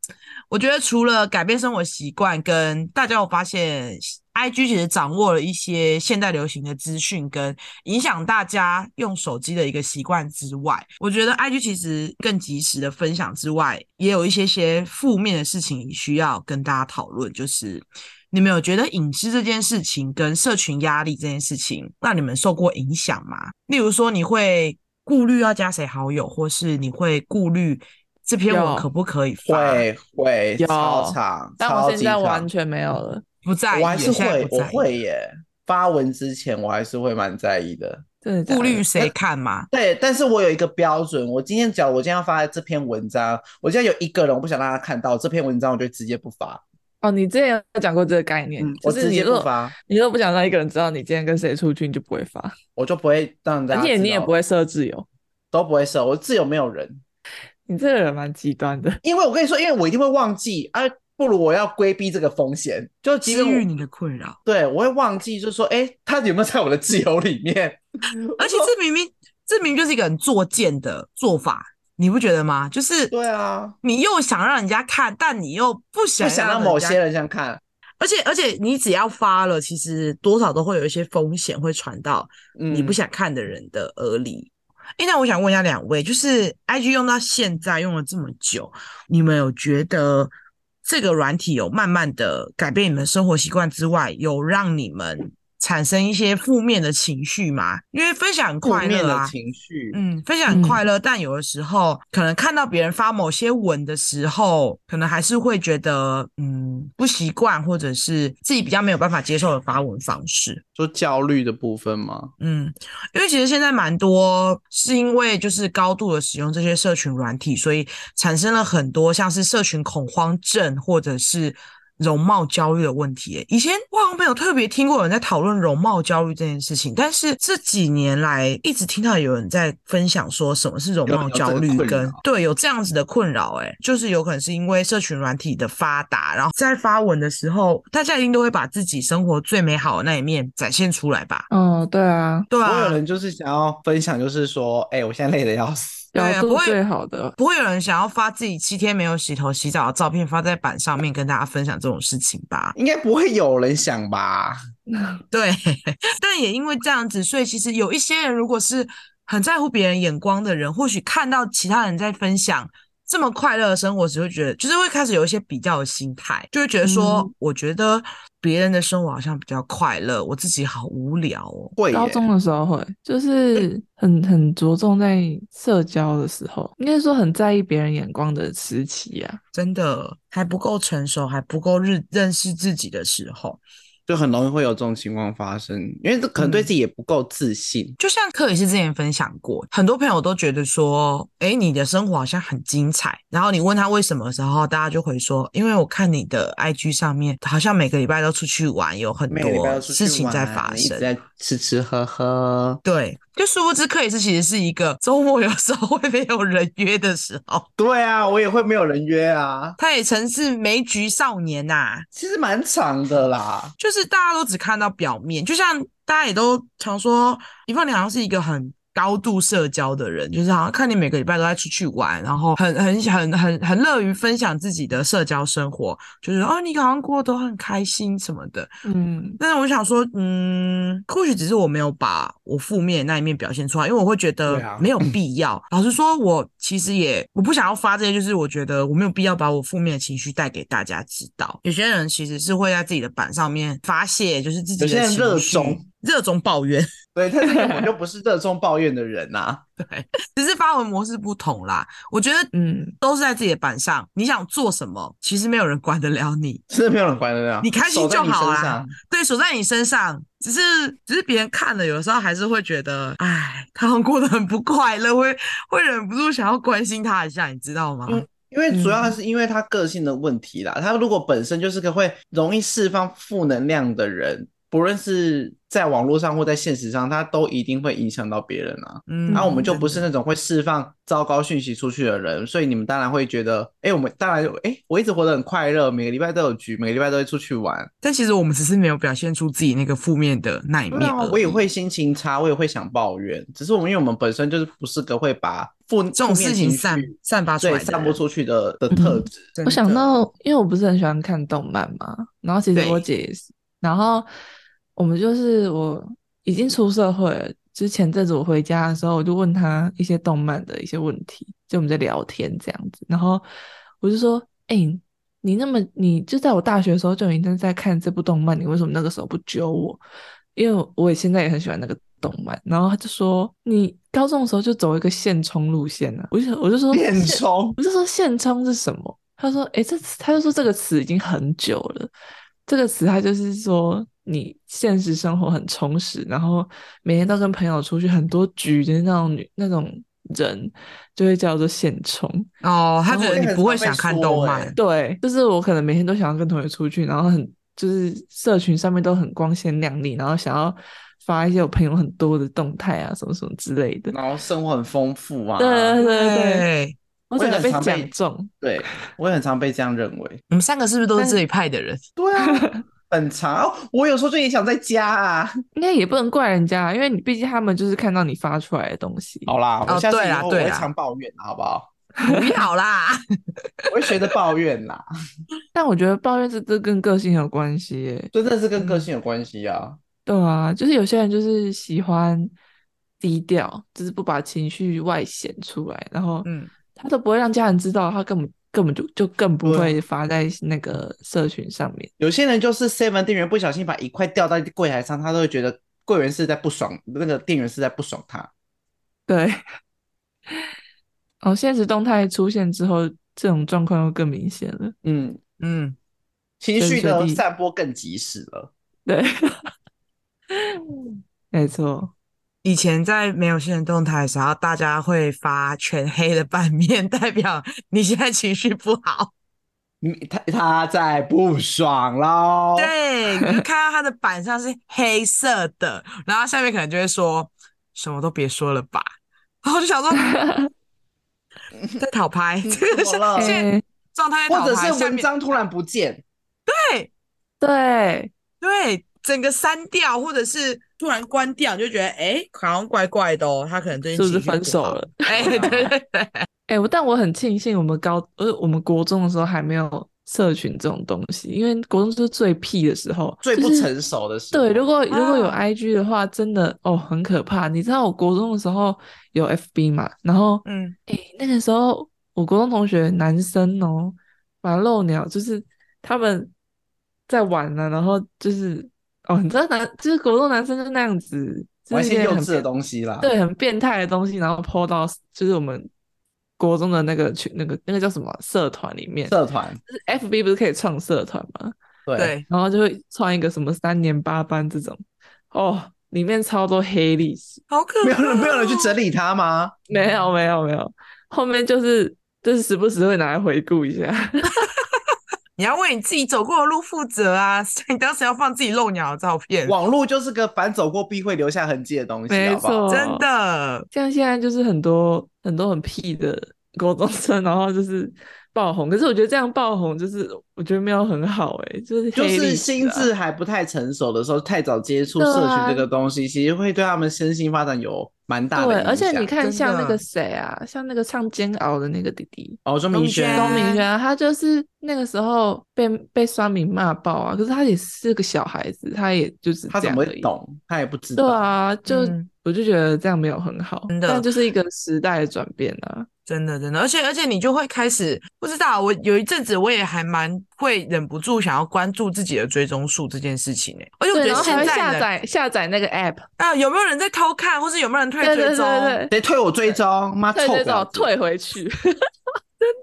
B: 我觉得除了改变生活习惯，跟大家有发现，IG 其实掌握了一些现代流行的资讯，跟影响大家用手机的一个习惯之外，我觉得 IG 其实更及时的分享之外，也有一些些负面的事情需要跟大家讨论，就是。你们有觉得隐私这件事情跟社群压力这件事情让你们受过影响吗？例如说，你会顾虑要加谁好友，或是你会顾虑这篇文
A: 有
B: 可不可以发？
C: [laughs] 会会
A: 有
C: 超长，
A: 但我
C: 超
A: 现
C: 级
A: 在
C: 长。
A: 完全没有了，
B: 不在意，
C: 我还是
B: 现在
C: 会，
B: 不
C: 我
B: 在意
C: 会耶。发文之前我还是会蛮在意的。
A: 真的假
B: 顾
A: 的
B: 虑谁看嘛？
C: 对，但是我有一个标准，我今天假如我今天要发这篇文章，我今天有一个人我不想让他看到这篇文章，我就直接不发，
A: 哦。你之前有讲过这个概念，就
C: 嗯我
A: 是
C: 直
A: 你
C: 接
A: 如
C: 不
A: 果
C: 发，
A: 你如果不想让一个人知道你今天跟谁出去，你就不会发，
C: 我就不会让
A: 而
C: 大家
A: 且你
C: 知
A: 也
C: 道
A: 不会设自由。
C: 都不会设，我自由没有人，
A: 你这个人蛮极端的，
C: 因为我跟你说，因为我一定会忘记，啊，不如我要规避这个风险，就即
B: 治
C: 便
B: 愈
C: 我
B: 你的困扰，
C: 对我会忘记，就是说，哎，他有没有在我的自由里面？ [laughs]
B: 而且这明明这明明就是一个很作贱的做法，你不觉得吗？就是
C: 对啊，
B: 你又想让人家看，但你又不想
C: 不想
B: 让
C: 让某
B: 人家
C: 些人这样看，
B: 而且而且你只要发了，其实多少都会有一些风险会传到
C: 嗯，
B: 你不想看的人的耳里。诶，那我想问一下两位，就是 IG 用到现在用了这么久，你们有觉得这个软体有慢慢的改变你们生活习惯之外，有让你们产生一些负面的情绪吗？因为分享很
C: 负
B: 快
C: 面
B: 乐
C: 的
B: 啊，
C: 情绪，
B: 嗯，分享
A: 嗯
B: 很快乐，但有的时候可能看到别人发某些文的时候，可能还是会觉得嗯不习惯，或者是自己比较没有办法接受的发文方式。
C: 说焦虑的部分吗？
B: 嗯，因为其实现在蛮多是因为就是高度的使用这些社群软体，所以产生了很多像是社群恐慌症，或者是容貌焦虑的问题耶。以前我好像没有特别听过有人在讨论容貌焦虑这件事情，但是这几年来一直听到有人在分享说什么是容
C: 有
B: 貌
C: 有这
B: 焦
C: 个
B: 虑
C: 困
B: 跟
C: 扰
B: 对，有这样子的困扰，哎，就是有可能是因为社群软体的发达，然后在发文的时候，大家一定都会把自己生活最美好的那一面展现出来吧？
A: 哦，对啊，
B: 对
C: 不会有
B: 啊，
C: 人就是想要分享，就是说，哎、我现在累得要死，
B: 对啊
A: 角
B: 不
A: 度
B: 会
A: 最好的，
B: 不会有人想要发自己七天没有洗头洗澡的照片发在板上面跟大家分享这种事情吧？
C: 应该不会有人想吧？
B: 对， [laughs] 但也因为这样子，所以其实有一些人如果是很在乎别人眼光的人，或许看到其他人在分享这么快乐的生活，只会觉得就是会开始有一些比较的心态，就会觉得说，
A: 嗯
B: 我觉得别人的生活好像比较快乐，我自己好无聊哦。
C: 会耶
A: 高中的时候会，就是很很着重在社交的时候，应该说很在意别人眼光的时期啊。
B: 真的还不够成熟，还不够认认识自己的时候，
C: 就很容易会有这种情况发生，因为这
B: 嗯
C: 可能对自己也不够自信。
B: 就像克里斯之前分享过，很多朋友都觉得说，哎，你的生活好像很精彩。然后你问他为什么的时候，大家就会说，因为我看你的 IG 上面好像每个礼拜都出去玩，有很
C: 每个礼拜
B: 多
C: 都出去
B: 事情在
C: 玩
B: 发
C: 一
B: 生
C: 直。在吃吃喝喝。
B: 对，就殊不知克里斯其实是一个周末有时候会没有人约的时候，
C: 对啊，我也会没有人约啊，
B: 他也曾是梅局少年呐、
C: 其实蛮长的啦。
B: 就是大家都只看到表面，就像大家也都常说，一凤你好像是一个很高度社交的人，就是好像看你每个礼拜都在出去玩，然后很很很很很乐于分享自己的社交生活，就是哦，你好像过得都很开心什么的。
A: 嗯，
B: 但是我想说，嗯，或许只是我没有把我负面的那一面表现出来，因为我会觉
C: 对
B: 得
C: 啊
B: 没有必要。老实说，我其实也我不想要发这些，就是我觉得我没有必要把我负面的情绪带给大家知道。有些人其实是会在自己的板上面发泄，就是自己的
C: 有些人
B: 情
C: 热
B: 绪
C: 衷
B: 热衷抱怨， [laughs]
C: 对，但是因为我就不是热衷抱怨的人呐、啊。
B: 只是发文模式不同啦。我觉得，
A: 嗯，
B: 都是在自己的板上，你想做什么，其实没有人管得了你。
C: 真的没有人管得了，
B: 你开心就好啊
C: 手在你身上
B: 对，守在你身上，只是只是别人看了，有的时候还是会觉得，哎，他好像过得很不快乐，会会忍不住想要关心他一下，你知道吗？
C: 嗯因为主要还是因为他个性的问题啦。他如果本身就是个会容易释放负能量的人，不论是在网络上或在现实上，他都一定会影响到别人啊。
B: 嗯，
C: 然后我们就
B: 真
C: 不
B: 的
C: 是那种会释放糟糕讯息出去的人，所以你们当然会觉得，哎、我们当然，哎、我一直活得很快乐，每个礼拜都有局，每个礼拜都会出去玩。
B: 但其实我们只是没有表现出自己那个负面的那一
C: 对
B: 面
C: 啊
B: 而已。
C: 我也会心情差，我也会想抱怨，只是我们因为我们本身就是不是个会把负
B: 这种事情散散发出来
C: 对
B: 的
C: 散
B: 人嗯
C: 播出去的的特质。
B: 真
A: 我想
B: 的
A: 到，因为我不是很喜欢看动漫嘛，然后其实
B: 对
A: 我姐也是，然后我们就是我已经出社会了，之前阵子我回家的时候，我就问她一些动漫的一些问题，就我们在聊天这样子，然后我就说，哎、你那么你就在我大学的时候就已经在看这部动漫，你为什么那个时候不揪我？因为我也现在也很喜欢那个动漫，然后她就说你高中的时候就走一个现充路线呢、啊，我就我就说
B: [laughs]
C: 变
A: 现
C: 冲，
A: 我就说现充是什么？他说，诶，这他就说这个词已经很久了，这个词他就是说你现实生活很充实，然后每天都跟朋友出去很多局的那种女那种人，就会叫做现充。
B: 哦，他觉
C: 我
B: 得
C: 也
B: 你
C: 很
B: 不会
C: 常被
B: 想看
C: 说
B: 动
C: 欸
B: 漫，
A: 对，就是我可能每天都想要跟同学出去，然后很就是社群上面都很光鲜亮丽，然后想要发一些我朋友很多的动态啊，什么什么之类的。
C: 然后生活很丰富啊。
A: 对对对对，
B: 对，
A: 我
C: 我
A: 整
C: 也
A: 个
C: 很
A: 被
C: 常被
A: 讲中。
B: [laughs]
C: 对，我也很常被这样认为。
B: 你们三个是不是都是
A: 但
B: 这一派
A: [laughs]
B: 的人？
C: 对啊，很常。哦我有时候就也想在家啊。 [laughs]
A: 应该也不能怪人家，啊因为你毕竟他们就是看到你发出来的东西。
C: 好啦，
B: 哦
C: 我下次
B: 对
C: 以
B: 啦
C: 后我
B: 对
C: 会
B: 啦
C: 常抱怨，好不好？
B: 不要啦， [laughs]
C: 我会学着抱怨啦。
A: 但我觉得抱怨这这跟个性有关系耶。
C: 所以这是跟个性有关系啊。
A: 对啊，就是有些人就是喜欢低调，就是不把情绪外显出来，然后
B: 嗯，
A: 他都不会让家人知道，他根本根本就就更不
C: 对啊
A: 会发在那个社群上面。
C: 有些人就是 seven 店员不小心把一块掉到柜台上，他都会觉得柜员是在不爽，那个店员是在不爽他。
A: 对，哦，现实动态出现之后，这种状况又更明显了。
C: 嗯，
B: 嗯，
C: 情绪
A: 随时
C: 的
A: 随地
C: 散播更及时了。
A: 对， [laughs]
C: 嗯
A: 没错，
B: 以前在没有新人动态的时候，大 [laughs] 家会发全黑的版面，代表你现在情绪不好。
C: 嗯他他在不爽喽。
B: 对，你
C: [laughs]
B: 就看到它的板上是黑色的，然后下面可能就会说什么都别说了吧，然后我就
C: [laughs]
B: 想说在讨拍，
C: 嗯
B: 这个
C: 怎么了
B: 是现在
A: 哎
B: 状态在
C: 或
B: 讨
C: 者
B: 拍，
C: 是
B: 下
C: 文
B: 面
C: 章突然不见，
A: 对，
B: 对整个删掉，或者是突然关掉，你就觉得哎好像怪怪的哦，他可能最近
A: 是不是
B: 情绪
A: 分手
B: 好
A: 了？
B: 哎，对对对，
A: 哎、我但我很庆幸我们高呃我们国中的时候还没有社群这种东西，因为国中就是最屁的时候，
C: 最不
A: 就是
C: 成熟的时候。
A: 对，如果如果有
B: 啊
A: IG 的话，真的哦很可怕。你知道我国中的时候有 FB 嘛，然后
B: 嗯，
A: 诶那个时候我国中同学男生哦，玩漏鸟就是他们在玩呢、然后就是哦，你知道男就是国中男生就那样子，就
C: 玩
A: 是
C: 一
A: 一
C: 些
A: 些
C: 幼
A: 很
C: 稚的
A: 变
C: 东西啦。
A: 对很变态的东西，然后 PO 到就是我们国中的那个群那个那个叫什么社团里面，
C: 社团，
A: 就是 FB 不是可以创社团吗？
C: 对，
B: 对，
A: 然后就会创一个什么三年八班这种，哦，里面超多黑历史，
B: 好可
C: 没有人
B: 怕
C: 没有人去
B: 哦
C: 整理它 [laughs] 吗？
A: 没有没有没有，后面就是就是时不时会拿来回顾一下，
B: 你要为你自己走过的路负责啊！你当时要放自己露鸟的照片，
C: 网络就是个反走过必会留下痕迹的东西，
A: 没
C: 好不好？
A: 错，
B: 真。的
A: 像现在就是很多很多很屁的高中生，然后就是爆红，可是我觉得这样爆红就是我觉得没有很好诶、就是
C: 就
A: 黑历
C: 是
A: 史
C: 心
A: 啊
C: 智还不太成熟的时候，太早接触
A: 对
C: 社群
A: 啊
C: 这个东西，其实会对他们身心发展有蛮大的
A: 对，
C: 影响。
A: 而且你看
B: 真
A: 像那
B: 的
A: 个谁啊，像那个唱《煎熬》的那个弟弟，
C: 哦，钟明
B: 中
C: 轩
B: 间，
A: 钟明
B: 嗯
A: 轩啊，他就是那个时候被被酸民骂爆啊，可是他也是个小孩子，他也就是
C: 他
A: 这
C: 怎
A: 样
C: 么
A: 而
C: 会
A: 已。
C: 懂？他也不知
A: 对
C: 道。
A: 啊，就、
B: 嗯
A: 我就觉得这样没有很好，
B: 真的
A: 但就是一个时代的转变啊。
B: 真的真的，而且而且你就会开始不知道，我有一阵子我也还蛮会忍不住想要关注自己的追踪数这件事情呢、而且我
A: 对，
B: 觉
A: 然
B: 得
A: 后还会
B: 现
A: 下
B: 在人
A: 载下载那个 app，
B: 啊，有没有人在偷看，或是有没有人退
A: 对
B: 追
A: 对对
B: 踪？
A: 对
C: 谁退我追踪？妈
A: 对
C: 臭
A: 对对
C: 婊，子！
A: 退回去。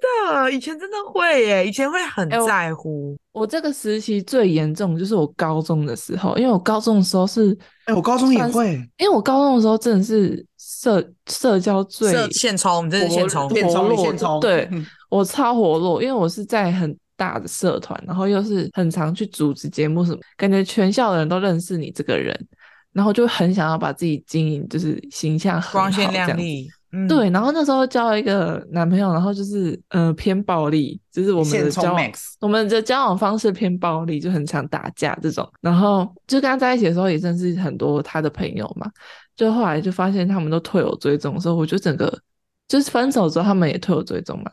A: [laughs]
B: 的，以前真的会耶、以前会很
A: 哎我
B: 在乎。
A: 我这个时期最严重就是我高中的时候，因为我高中的时候是，
C: 哎，我高中也会，
A: 因为我高中的时候真的是社社交最
B: 社现充，你真的是现充
A: 我
C: 现充你
A: 活络
C: 现充，
A: 对我超活络，因为我是在很大的社团，然后又是很常去主持节目什么，感觉全校的人都认识你这个人，然后就很想要把自己经营就是形象很
B: 光鲜
A: 好这样
B: 亮
A: 子。
B: 丽。嗯，
A: 对，然后那时候交了一个男朋友，然后就是呃偏暴力，就是我们
C: 现
A: 的
C: 充
A: 交往
C: max
A: 我们的交往方式偏暴力，就很常打架这种。然后就跟他在一起的时候，也认识很多他的朋友嘛。就后来就发现他们都退我追踪，所以我就整个就是分手之后，他们也退我追踪嘛，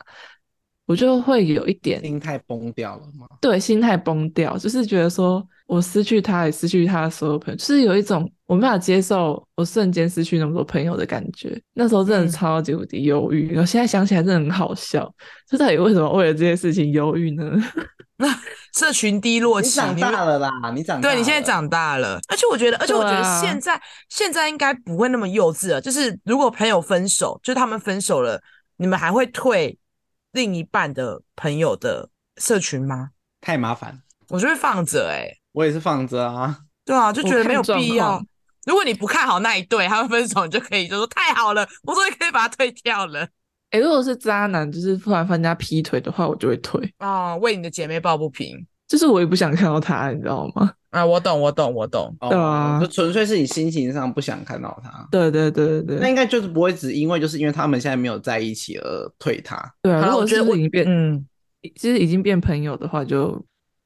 A: 我就会有一点
C: [laughs] 心态崩掉了吗？
A: 对心态崩掉，就是觉得说我失去他，也失去他的所有朋友，就是有一种我没办法接受我瞬间失去那么多朋友的感觉。那时候真
B: 嗯
A: 的超级无敌忧郁，然后现在想起来真的很好笑，这到底为什么为了这些事情忧郁呢？ [laughs]
B: 社群低落
C: 你
B: 期，
C: 长
B: 会
C: 大了啦，你长大
B: 对你现在
C: 了
B: 长大了，而且我觉得，而且我觉
A: 对
B: 得
A: 啊
B: 现在、现在应该不会那么幼稚了。就是如果朋友分手，就是他们分手了，你们还会退另一半的朋友的社群吗？
C: 太麻烦，
B: 我就会放着哎、欸，
C: 我也是放着啊。
B: 对啊，就觉得没有
A: 我看
B: 必要
A: 状况。
B: 如果你不看好那一对，他们分手，你就可以就说太好了，我终于可以把他退掉了
A: 诶、如果是渣男，就是突然翻人家劈腿的话，我就会退，
B: 啊、为你的姐妹抱不平
A: 就是我也不想看到他，你知道吗？ [laughs]
B: 啊！我懂，我懂，我懂。
C: 哦
A: 对啊
C: 就纯粹是你心情上不想看到他。
A: 对对对对
C: 那
A: 对，
C: 应该就是不会只因为就是因为他们现在没有在一起而退他。
A: 对啊。
B: 好
A: 如
B: 了我
A: 果
B: 觉得
A: 是
B: 我
A: 已经变，
B: 嗯，
A: 就是已经变朋友的话，就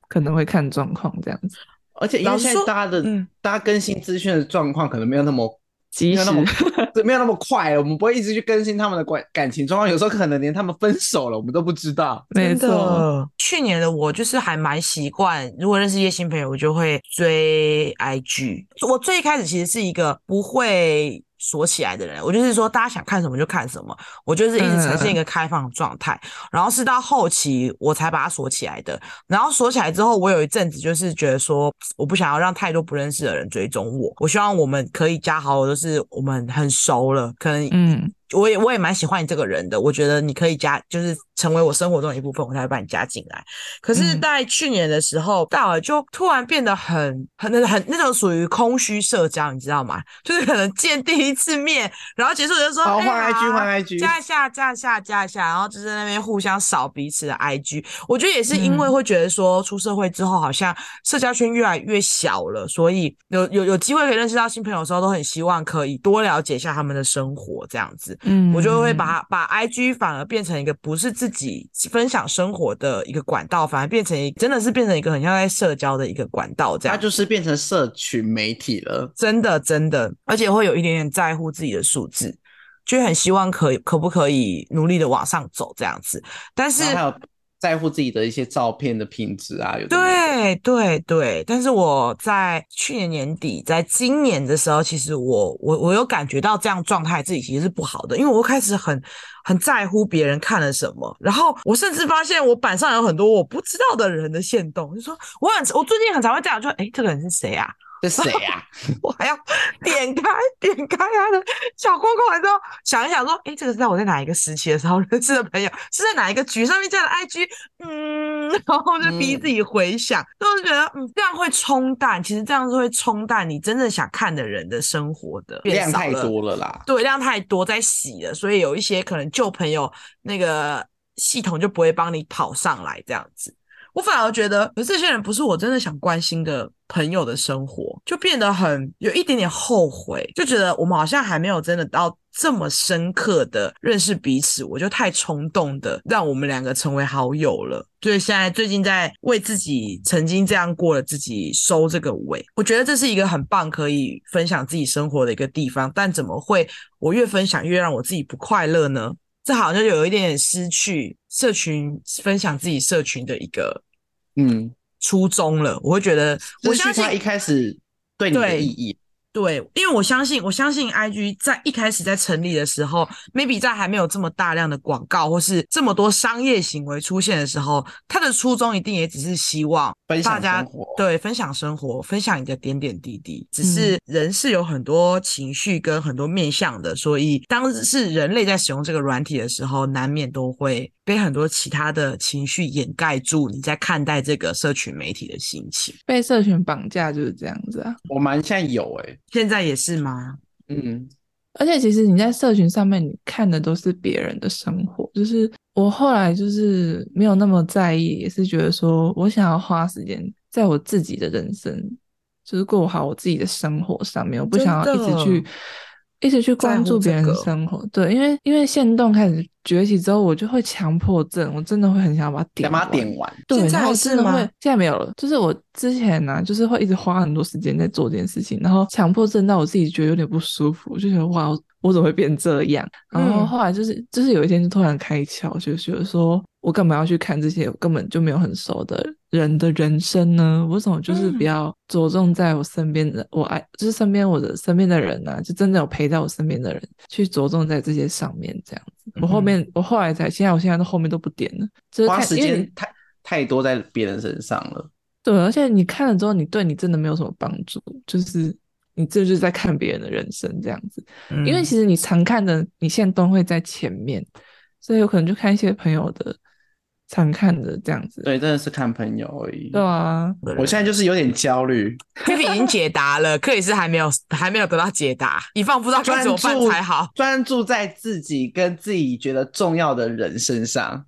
A: 可能会看状况这样子，
C: 而且因为
B: 老实
C: 现
B: 说
C: 在大家的、
B: 嗯
C: 大家更新资讯的状况可能没有那么没
A: 及
C: 有
A: 时
C: 那么对没有那么快，我们不会一直去更新他们的关感情状况，有时候可能连他们分手了我们都不知道。
A: 没
B: 真
A: 错。
B: 的，去年的我就是还蛮习惯，如果认识一些新朋友，我就会追 IG。我最一开始其实是一个不会锁起来的人，我就是说大家想看什么就看什么，我就是一直呈
A: 嗯
B: 现一个开放的状态。然后是到后期我才把它锁起来的。然后锁起来之后，我有一阵子就是觉得说，我不想要让太多不认识的人追踪我，我希望我们可以加好友，就是我们很熟了，可能
A: 嗯，
B: 我也我也蛮喜欢你这个人的，我觉得你可以加，就是成为我生活中的一部分，我才会把你加进来。可是，
C: 嗯
B: 在去年的时候，大耳就突然变得很、很、很那种属于空虚社交，你知道吗？就是可能见第一次面，然后结束就说：“
C: 好
B: 哎
C: 换 IG
B: 好啊
C: 换 IG
B: 加一下，加一下，加一下，然后就在那边互相扫彼此的 IG。我觉得也是因
C: 嗯
B: 为会觉得说，出社会之后好像社交圈越来越小了，所以有有有机会可以认识到新朋友的时候，都很希望可以多了解一下他们的生活这样子。
A: 嗯
B: 我就会把它把 IG 反而变成一个不是自己分享生活的一个管道，反而变成一真的是变成一个很像在社交的一个管道这样
C: 它。就是变成社群媒体了。
B: 真的真的，而且会有一点点在乎自己的数字，就很希望可以可不可以努力的往上走这样子。但是
C: 然后还有在乎自己的一些照片的品质啊，有的没
B: 对
C: 的
B: 对对，但是我在去年年底，在今年的时候，其实我我我有感觉到这样状态自己其实是不好的，因为我开始很很在乎别人看了什么，然后我甚至发现我板上有很多我不知道的人的线动，就说我很我最近很常会这样，就哎这个人是谁啊？
C: 这谁啊？
B: [laughs] 我还要点开点开他的小框框，之后想一想说，诶，这个是在我在哪一个时期的时候认识的朋友， [laughs] 是在哪一个局上面加的 IG，嗯， [laughs] 然后就逼自己回想，那我就觉得，嗯，这样会冲淡，其实这样是会冲淡你真正想看的人的生活的变
C: 量
B: 少
C: 太
B: 了
C: 多了啦。
B: 对，量太多在洗了，所以有一些可能旧朋友那个系统就不会帮你跑上来这样子。我反而觉得，可是这些人不是我真的想关心的朋友的生活，就变得很有一点点后悔，就觉得我们好像还没有真的到这么深刻的认识彼此，我就太冲动的让我们两个成为好友了。所以现在最近在为自己曾经这样过的自己收这个尾，我觉得这是一个很棒可以分享自己生活的一个地方。但怎么会我越分享越让我自己不快乐呢？这好像就有一点点失去社群分享自己社群的一个
C: 嗯，
B: 初衷了。我会觉得，我
C: 我
B: 相
C: 相信
B: 信
C: 他一开始对你的
B: 对
C: 意义，
B: 对，因为我相信，我相信 IG 在一开始在成立的时候，maybe 在还没有这么大量的广告或是这么多商业行为出现的时候，它的初衷一定也只是希望
C: 分
B: 大
C: 享
B: 家
C: 生活
B: 对分享生活，分享你的点点滴滴。只
A: 嗯
B: 是人是有很多情绪跟很多面向的，所以当是人类在使用这个软体的时候，难免都会被很多其他的情绪掩盖住你在看待这个社群媒体的心情。
A: 被社群绑架就是这样子啊。
C: 我蛮像有哎、
B: 现在也是吗？
C: 嗯，
A: 而且其实你在社群上面，你看的都是别人的生活。就是我后来就是没有那么在意，也是觉得说我想要花时间在我自己的人生，就是过好我自己的生活上面。我不想要一直
B: 真
A: 去
B: 的
A: 一直去关注别人的生活。对，因为因为限动开始崛起之后，我就会强迫症，我真的会很想把它点
C: 想把
A: 完。
C: 它点完，
A: 对，
B: 现在
A: 然后
B: 还
A: 真
B: 是
A: 的会
B: 吗
A: 现在没有了。就是我之前呢、就是会一直花很多时间在做这件事情，然后强迫症到我自己觉得有点不舒服，我就觉得哇，我我怎么会变这样？然后
B: 嗯
A: 后来就是就是有一天就突然开窍，就觉得说我干嘛要去看这些我根本就没有很熟的人的人生呢？我怎么就是
B: 嗯
A: 比较着重在我身边的我爱，就是身边我的身边的人啊，就真的有陪在我身边的人，去着重在这些上面这样子。我后面、我后来才现在我现在都后面都不点了，就是
C: 花
A: 看
C: 时
A: 因为你
C: 间太太多在别人身上了。
A: 对，而且你看了之后，你对你真的没有什么帮助，就是你这就是在看别人的人生这样子。因为
B: 嗯
A: 其实你常看的，你现在都会在前面，所以有可能就看一些朋友的常看的这样子。
C: 对，真的是看朋友而已。
A: 对啊，
C: 我现在就是有点焦虑，
B: 克里已经解答了，克里是还没有还没有得到解答，以放不知道该
C: 专
B: 怎么办
C: 注
B: 才好。 [laughs]
C: 专注在自己跟自己觉得重要的人身上。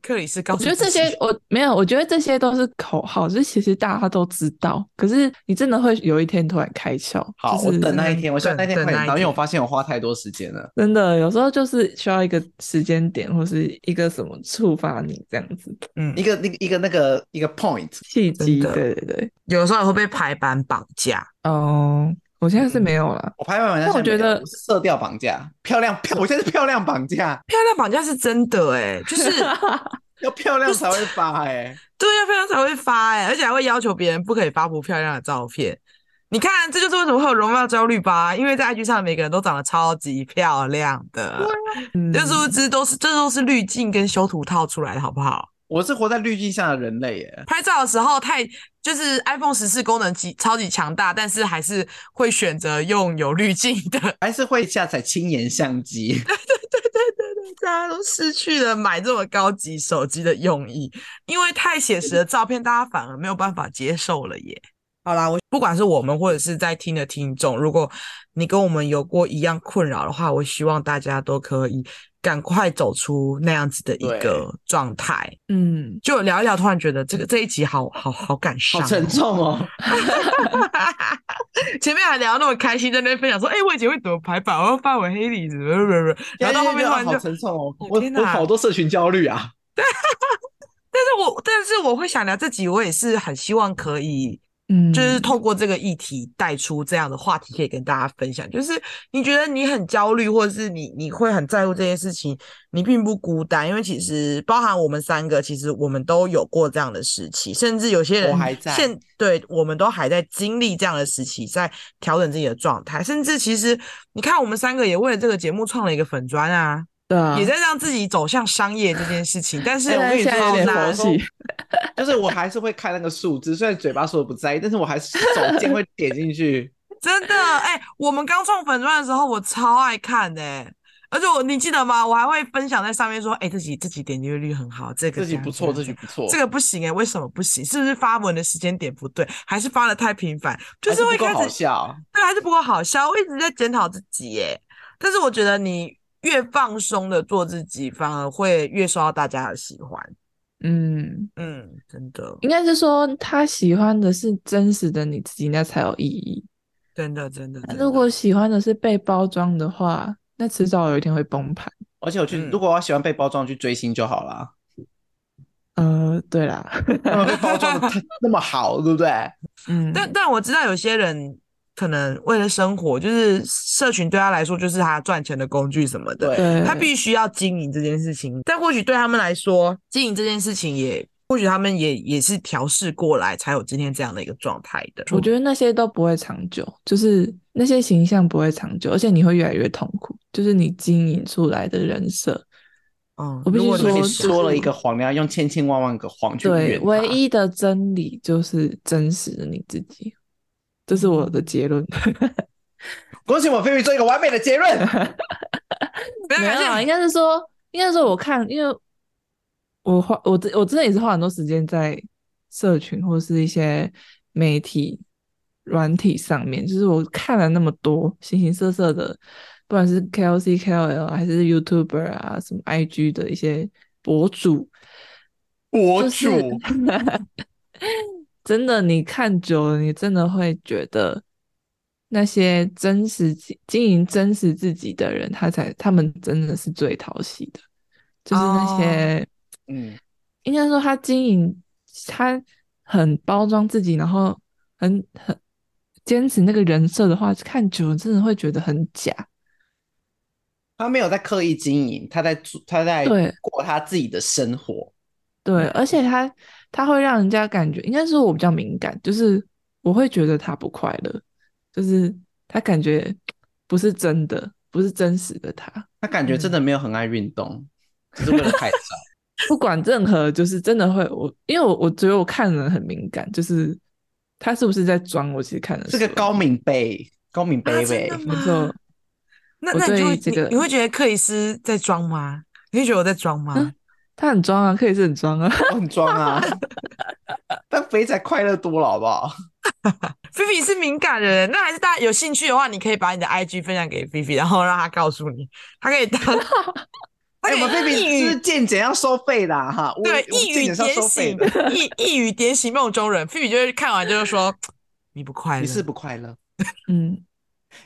B: 克里是告
A: 我
B: 诉
A: 觉得这
B: 自己
C: 嗯
A: 些我没有，我觉得这些都是口号，就是其实大家都知道，可是你真的会有一天突然开窍。
C: 好，
A: 就是
C: 我等那一天，我希望那
B: 等
C: 天快
B: 等那
C: 点
B: 一
C: 到，因为我
B: 天
C: 发现我花太多时间了。
A: 真的有时候就是需要一个时间点或是一个什么触发你这样子
B: 嗯
C: 一，个那个一个那个一个 point，
A: 契机。
B: 的
A: 对对对，
B: 有时候也会被排版绑
A: [laughs]
B: 架。
A: 哦、我现在是没有了。
C: 我拍完完，
A: 但我觉得
C: 我是色调绑架，漂亮漂，我现在是漂亮绑架，
B: 漂亮绑架是真的哎、就是
A: [laughs]
C: 要漂亮才会发哎、
B: 对要漂亮才会发哎、而且还会要求别人不可以发不漂亮的照片。你看，这就是为什么会有容貌焦虑吧？因为在 IG 上每个人都长得超级漂亮的，
A: 嗯
B: 这殊不知都是这都是滤镜跟修图套出来的，好不好？
C: 我是活在滤镜下的人类欸耶、
B: 拍照的时候太就是 iPhone 十四功能极超级强大，但是还是会选择用有滤镜的。 [laughs]
C: 还是会下载轻颜相机，
B: 大家都失去了买这么高级手机的用意，因为太写实的照片，大家反而没有办法接受了耶。好啦，我不管是我们或者是在听的听众，如果你跟我们有过一样困扰的话，我希望大家都可以赶快走出那样子的一个状态。
A: 嗯，
B: 就聊一聊，突然觉得这个这一集好好好感伤
C: 好
B: 哦、
C: 沉重哦。
B: [laughs] 前面还聊得那么开心，在那边分享说：“哎、我以前会躲排版，我要发我黑历史。”然后到后面突然就，
C: 好沉重哦，
B: 哦
C: 我
B: 天
C: 我
B: 哪
C: 好多社群焦虑啊。
B: 但是我但是我会想聊这集，我也是很希望可以，
A: 嗯，
B: 就是透过这个议题带出这样的话题，可以跟大家分享。就是你觉得你很焦虑，或者是你你会很在乎这些事情，你并不孤单，因为其实包含我们三个，其实我们都有过这样的时期，甚至有些人
C: 我还在
B: 现对我们都还在经历这样的时期，在调整自己的状态，甚至其实你看，我们三个也为了这个节目创了一个粉砖啊，
A: 对啊，
B: 也在让自己走向商业这件事情。但是
C: 哎
A: [laughs] 现
C: 我
A: 在
C: 跟你
A: 现在有点佛
B: 哦
C: 说好难
A: 系，
B: [laughs]
C: 就是我还是会看那个数字，虽然嘴巴说不在意，但是我还是手贱会点
B: [laughs]
C: 进去。
B: 真的，哎、我们刚创粉钻的时候，我超爱看的、哎而且我你记得吗？我还会分享在上面说，哎、这集这集点击率很好，这个
C: 这集
B: 样
C: 不错，
B: 这
C: 这
B: 样
C: 集不错，
B: 这个不行哎、为什么不行？是不是发文的时间点不对，还是发的太频繁？就是
C: 还
B: 会
C: 是不够
B: 开
C: 好
B: 始
C: 笑。
B: 对，还是不够好笑。我一直在检讨自己耶，但是我觉得你越放松的做自己，反而会越受到大家的喜欢。
A: 嗯，
B: 嗯，真的，
A: 应该是说他喜欢的是真实的你自己，那才有意义。
B: 真的，真的。真的
A: 如果喜欢的是被包装的话，那迟早有一天会崩盘。
C: 而且我去，
B: 嗯
C: 如果我喜欢被包装，去追星就好
B: [laughs]
C: 啦。
A: 呃，对啦，
C: 他们被包装的那么好，对不对？
B: [laughs]
A: 嗯，
B: 但但我知道有些人可能为了生活，就是社群对他来说就是他赚钱的工具什么的，
C: 对，
A: 对
B: 他必须要经营这件事情。但或许对他们来说，经营这件事情也或许他们也也是调试过来，才有今天这样的一个状态的。
A: 我觉得那些都不会长久，就是那些形象不会长久，而且你会越来越痛苦，就是你经营出来的人设。
B: 嗯，
A: 我必须
B: 如果
C: 如果
A: 说
C: 你
A: 就是
C: 说了一个谎，你要用千千万万个谎去
A: 对，
C: 圆它。
A: 唯一的真理就是真实的你自己，这是我的结论。 [laughs]
C: 恭喜我菲菲做一个完美的结论。
B: [laughs] 没有
A: 没有
B: 还是
A: 啊，应该是说，应该是说，我看，因为我花我真我真的也是花很多时间在社群或是一些媒体软体上面，就是我看了那么多形形色色的，不管是 KOC、KOL 啊还是 YouTuber 啊，什么 IG 的一些博主，
C: 博
A: 就
C: 主、
A: 是真的，你看久了，你真的会觉得那些真实自经营真实自己的人，他才他们真的是最讨喜的，就是那些、
C: 嗯，
A: 应该说他经营他很包装自己，然后很很坚持那个人设的话，看久了真的会觉得很假。
C: 他没有在刻意经营，他在做，他在
A: 对
C: 过他自己的生活。
A: 对，而且他他会让人家感觉，应该说我比较敏感，就是我会觉得他不快乐，就是他感觉不是真的，不是真实的他。
C: 他
B: 嗯
C: 感觉真的没有很爱运动，只是为了拍照。
B: [laughs]
A: 不管任何，就是真的会我，因为我我觉得我看人很敏感，就是他是不是在装，我其实看的
C: 是个高敏倍，高敏
B: 啊
C: 贝
B: 真的
C: 贝。
A: 没
B: 吗？
A: 错，
B: 那
A: 我
B: 那你
A: 对
B: 就会
A: 这个
B: 你你会觉得克里斯在装吗？你会觉得我在装吗？
A: 嗯他很装啊，可以是很装啊。
C: 我 [laughs] 很
B: [laughs]
C: 装啊，但肥仔快乐多了，好不好？
B: 菲菲是敏感人，那还是大家有兴趣的话，你可以把你的 IG 分享给菲菲，然后让他告诉你，他可以当，他
C: [laughs] 哎、
B: 可
C: 我们
B: 以
C: 菲
B: 一
C: 菲
B: 语
C: 是健检要收费的啊哈，我
B: 对
C: 我
B: 一
C: 健
B: 语
C: 检是要收
B: 点
C: 费
B: 醒
C: 的。，
B: 一一语点醒梦中人。菲菲就会看完就是说你不快乐，
C: 你是不快乐？
A: 嗯，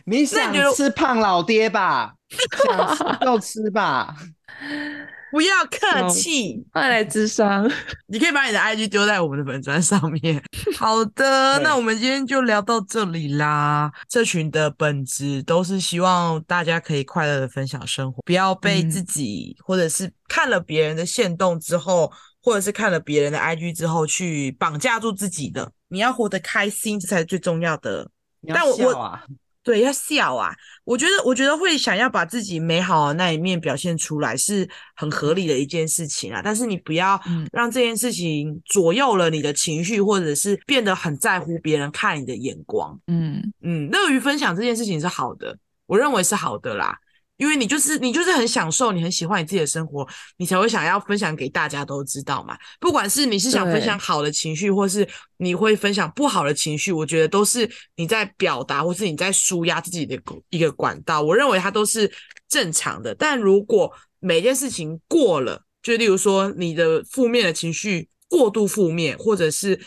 C: 你
B: 那
C: 想
B: 你觉得
C: 吃胖老爹吧？
A: [laughs]
C: 想吃就吃吧。
B: 不要客
A: 笑
C: 嗯
B: 气，
A: 快来智商，
B: 你可以把你的 IG 丢在我们的粉砖上面。好的，
C: 对
B: 那我们今天就聊到这里啦。社群的本质都是希望大家可以快乐的分享生活，不要被
A: 嗯
B: 自己、或者是看了别人的线动之后，或者是看了别人的 IG 之后去绑架住自己的。你要活得开心，这才是最重要的。
C: 你
B: 但
C: 要
B: 我我
C: 笑啊！
B: 对，要笑啊！我觉得，我觉得会想要把自己美好的那一面表现出来，是很合理的一件事情啊。但是你不要
A: 嗯
B: 让这件事情左右了你的情绪，或者是变得很在乎别人看你的眼光。
A: 嗯
B: 嗯，乐于分享这件事情是好的，我认为是好的啦。因为你就是你就是很享受，你很喜欢你自己的生活，你才会想要分享给大家都知道嘛。不管是你是想分享好的情绪，或是你会分享不好的情绪，我觉得都是你在表达，或是你在舒压自己的一个管道。我认为它都是正常的。但如果每件事情过了，就例如说你的负面的情绪过度负面，或者是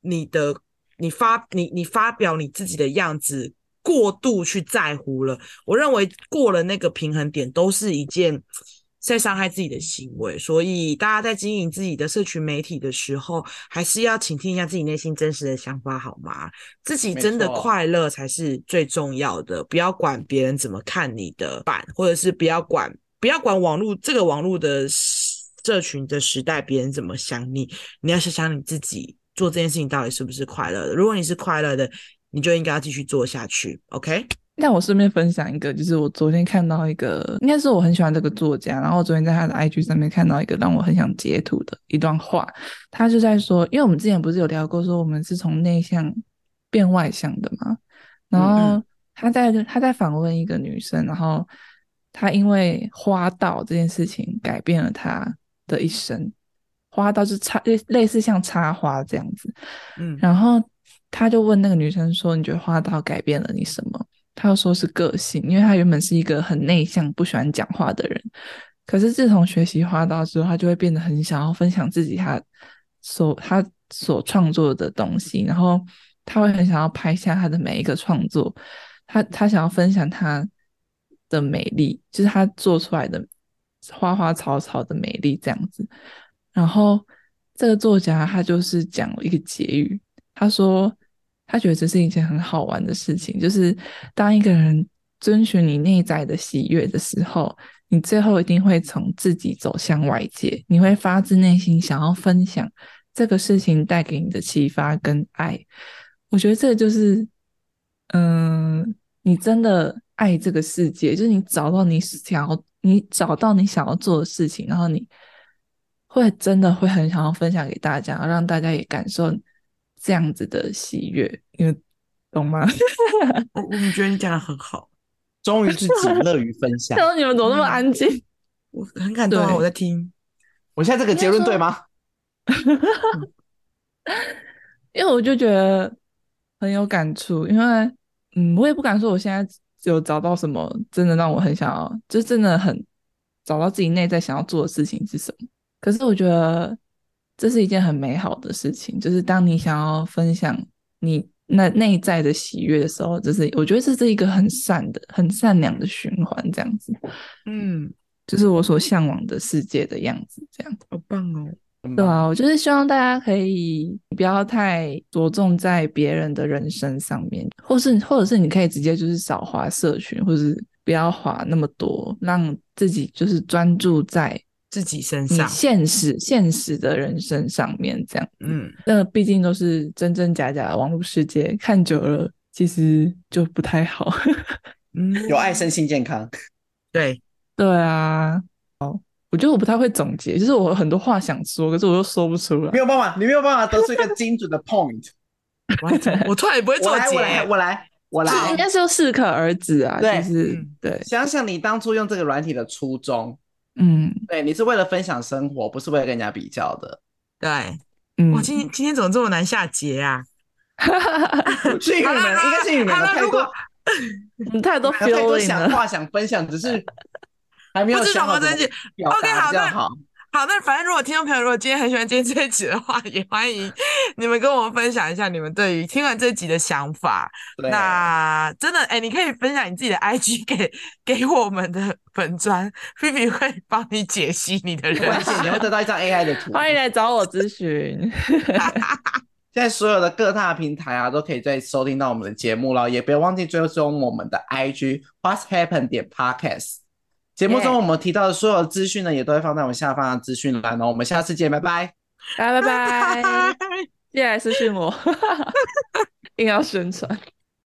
B: 你的你发你你发表你自己的样子过度去在乎了，我认为过了那个平衡点都是一件在伤害自己的行为。所以大家在经营自己的社群媒体的时候，还是要倾听一下自己内心真实的想法，好吗？自己真的
C: 没错
B: 快乐才是最重要的，不要管别人怎么看你的版，或者是不要管不要管网络这个网络的时社群的时代，别人怎么想你，你要想想你自己做这件事情到底是不是快乐的。如果你是快乐的，你就应该要继续做下去。OK，
A: 那我顺便分享一个，就是我昨天看到一个，应该是我很喜欢这个作家，然后我昨天在他的 IG 上面看到一个让我很想截图的一段话，他就在说，因为我们之前不是有聊过说我们是从内向变外向的嘛，然
B: 嗯
A: 后他在他在访问一个女生，然后她因为花道这件事情改变了她的一生，花道是插类类似像插花这样子，
B: 嗯
A: 然后他就问那个女生说：“你觉得花道改变了你什么？”她就说是个性，因为她原本是一个很内向、不喜欢讲话的人，可是自从学习花道之后，她就会变得很想要分享自己她所她所创作的东西，然后她会很想要拍下她的每一个创作，她她想要分享她的美丽，就是她做出来的花花草草的美丽这样子。然后这个作家他就是讲了一个结语，他说他觉得这是一件很好玩的事情，就是当一个人遵循你内在的喜悦的时候，你最后一定会从自己走向外界，你会发自内心想要分享这个事情带给你的启发跟爱。我觉得这就是，嗯、你真的爱这个世界，就是你找到你想要，你找到你想要做的事情，然后你会真的会很想要分享给大家，让大家也感受这样子的喜悦，你们懂吗？
B: 我我们觉得你讲的很好，
C: 忠于自己，乐于分
B: [laughs]
C: 享
A: 然。后 [laughs] 你们怎么那么安静？
B: 我很感动啊！
A: 对
B: 我在听，
C: 我现在这个结论对吗？
A: 因为我就觉得很有感触，因为嗯，我也不敢说我现在有找到什么真的让我很想要，就真的很找到自己内在想要做的事情是什么。可是我觉得这是一件很美好的事情，就是当你想要分享你那内在的喜悦的时候，就是我觉得这是一个很善的、很善良的循环，这样子，
B: 嗯，
A: 就是我所向往的世界的样子，这样。
B: 好棒哦。
C: 嗯
A: 对啊，我就是希望大家可以不要太着重在别人的人生上面，或是或者是你可以直接就是少划社群，或是不要划那么多，让自己就是专注在
B: 自己身
A: 你
B: 上，
A: 现实现实的人生上面这样。
B: 嗯，
A: 那毕竟都是真真假假的网络世界，看久了其实就不太好。 [laughs]
B: 嗯，
C: 有爱身心健康。 [laughs]
B: 对，
A: 对啊，哦，我觉得我不太会总结，就是我有很多话想说，可是我又说不出来
C: 没。有办法，你没有办法得出一个精准的 point。
B: [laughs] 我还我突然也不会
C: 我
B: 做
C: 来，我来，
B: 结，
C: 我来，我
A: 就是应
C: 来。
A: 该是要适可而止啊，
C: 对
A: 就是
B: 嗯
A: 对，
C: 想想你当初用这个软体的初衷，
A: 嗯
C: 对你是为了分享生活，不是为了跟人家比较的。
B: 对，
A: 嗯，
B: 哇，今天今天怎么这么难下结啊？好啦好
C: 是因为你们，
B: 啦
C: 应该是因为你们
B: 好
C: 有
B: 啦
C: 太
B: 如果
C: 多，
A: 我 [laughs] 们太多
C: 有太多
A: feeling
C: 想
A: 了，
C: 话想分享，只是还没有
B: 不知
C: 想
B: 道吗？
C: 好怎
B: 真
C: 么
B: 姐
C: 表
B: OK，
C: 达
B: 好
C: 比较
B: 那
C: 好。
B: 好，那反正如果听众朋友如果今天很喜欢今天这一集的话，也欢
C: [laughs]
B: 迎你们跟我们分享一下你们对于听完这集的想法。
C: 对，
B: 那真的，哎、你可以分享你自己的 IG 给给我们的粉砖菲比会帮你解析你的
C: 没 [laughs] 关
B: 人
C: 系
B: 生。，
C: 你会得到一张 AI 的图。
A: 欢迎来找我咨询，
C: 现在所有的各大平台啊，都可以在收听到我们的节目了，也别忘记追踪我们的 IG What's Happen 点 Podcast。节目
B: Yeah
C: 中我们提到的所有资讯呢，也都会放在我们下方的资讯栏哦。我们下次见，拜拜。
A: [laughs] 拜拜拜，接下来私讯我，硬要宣传。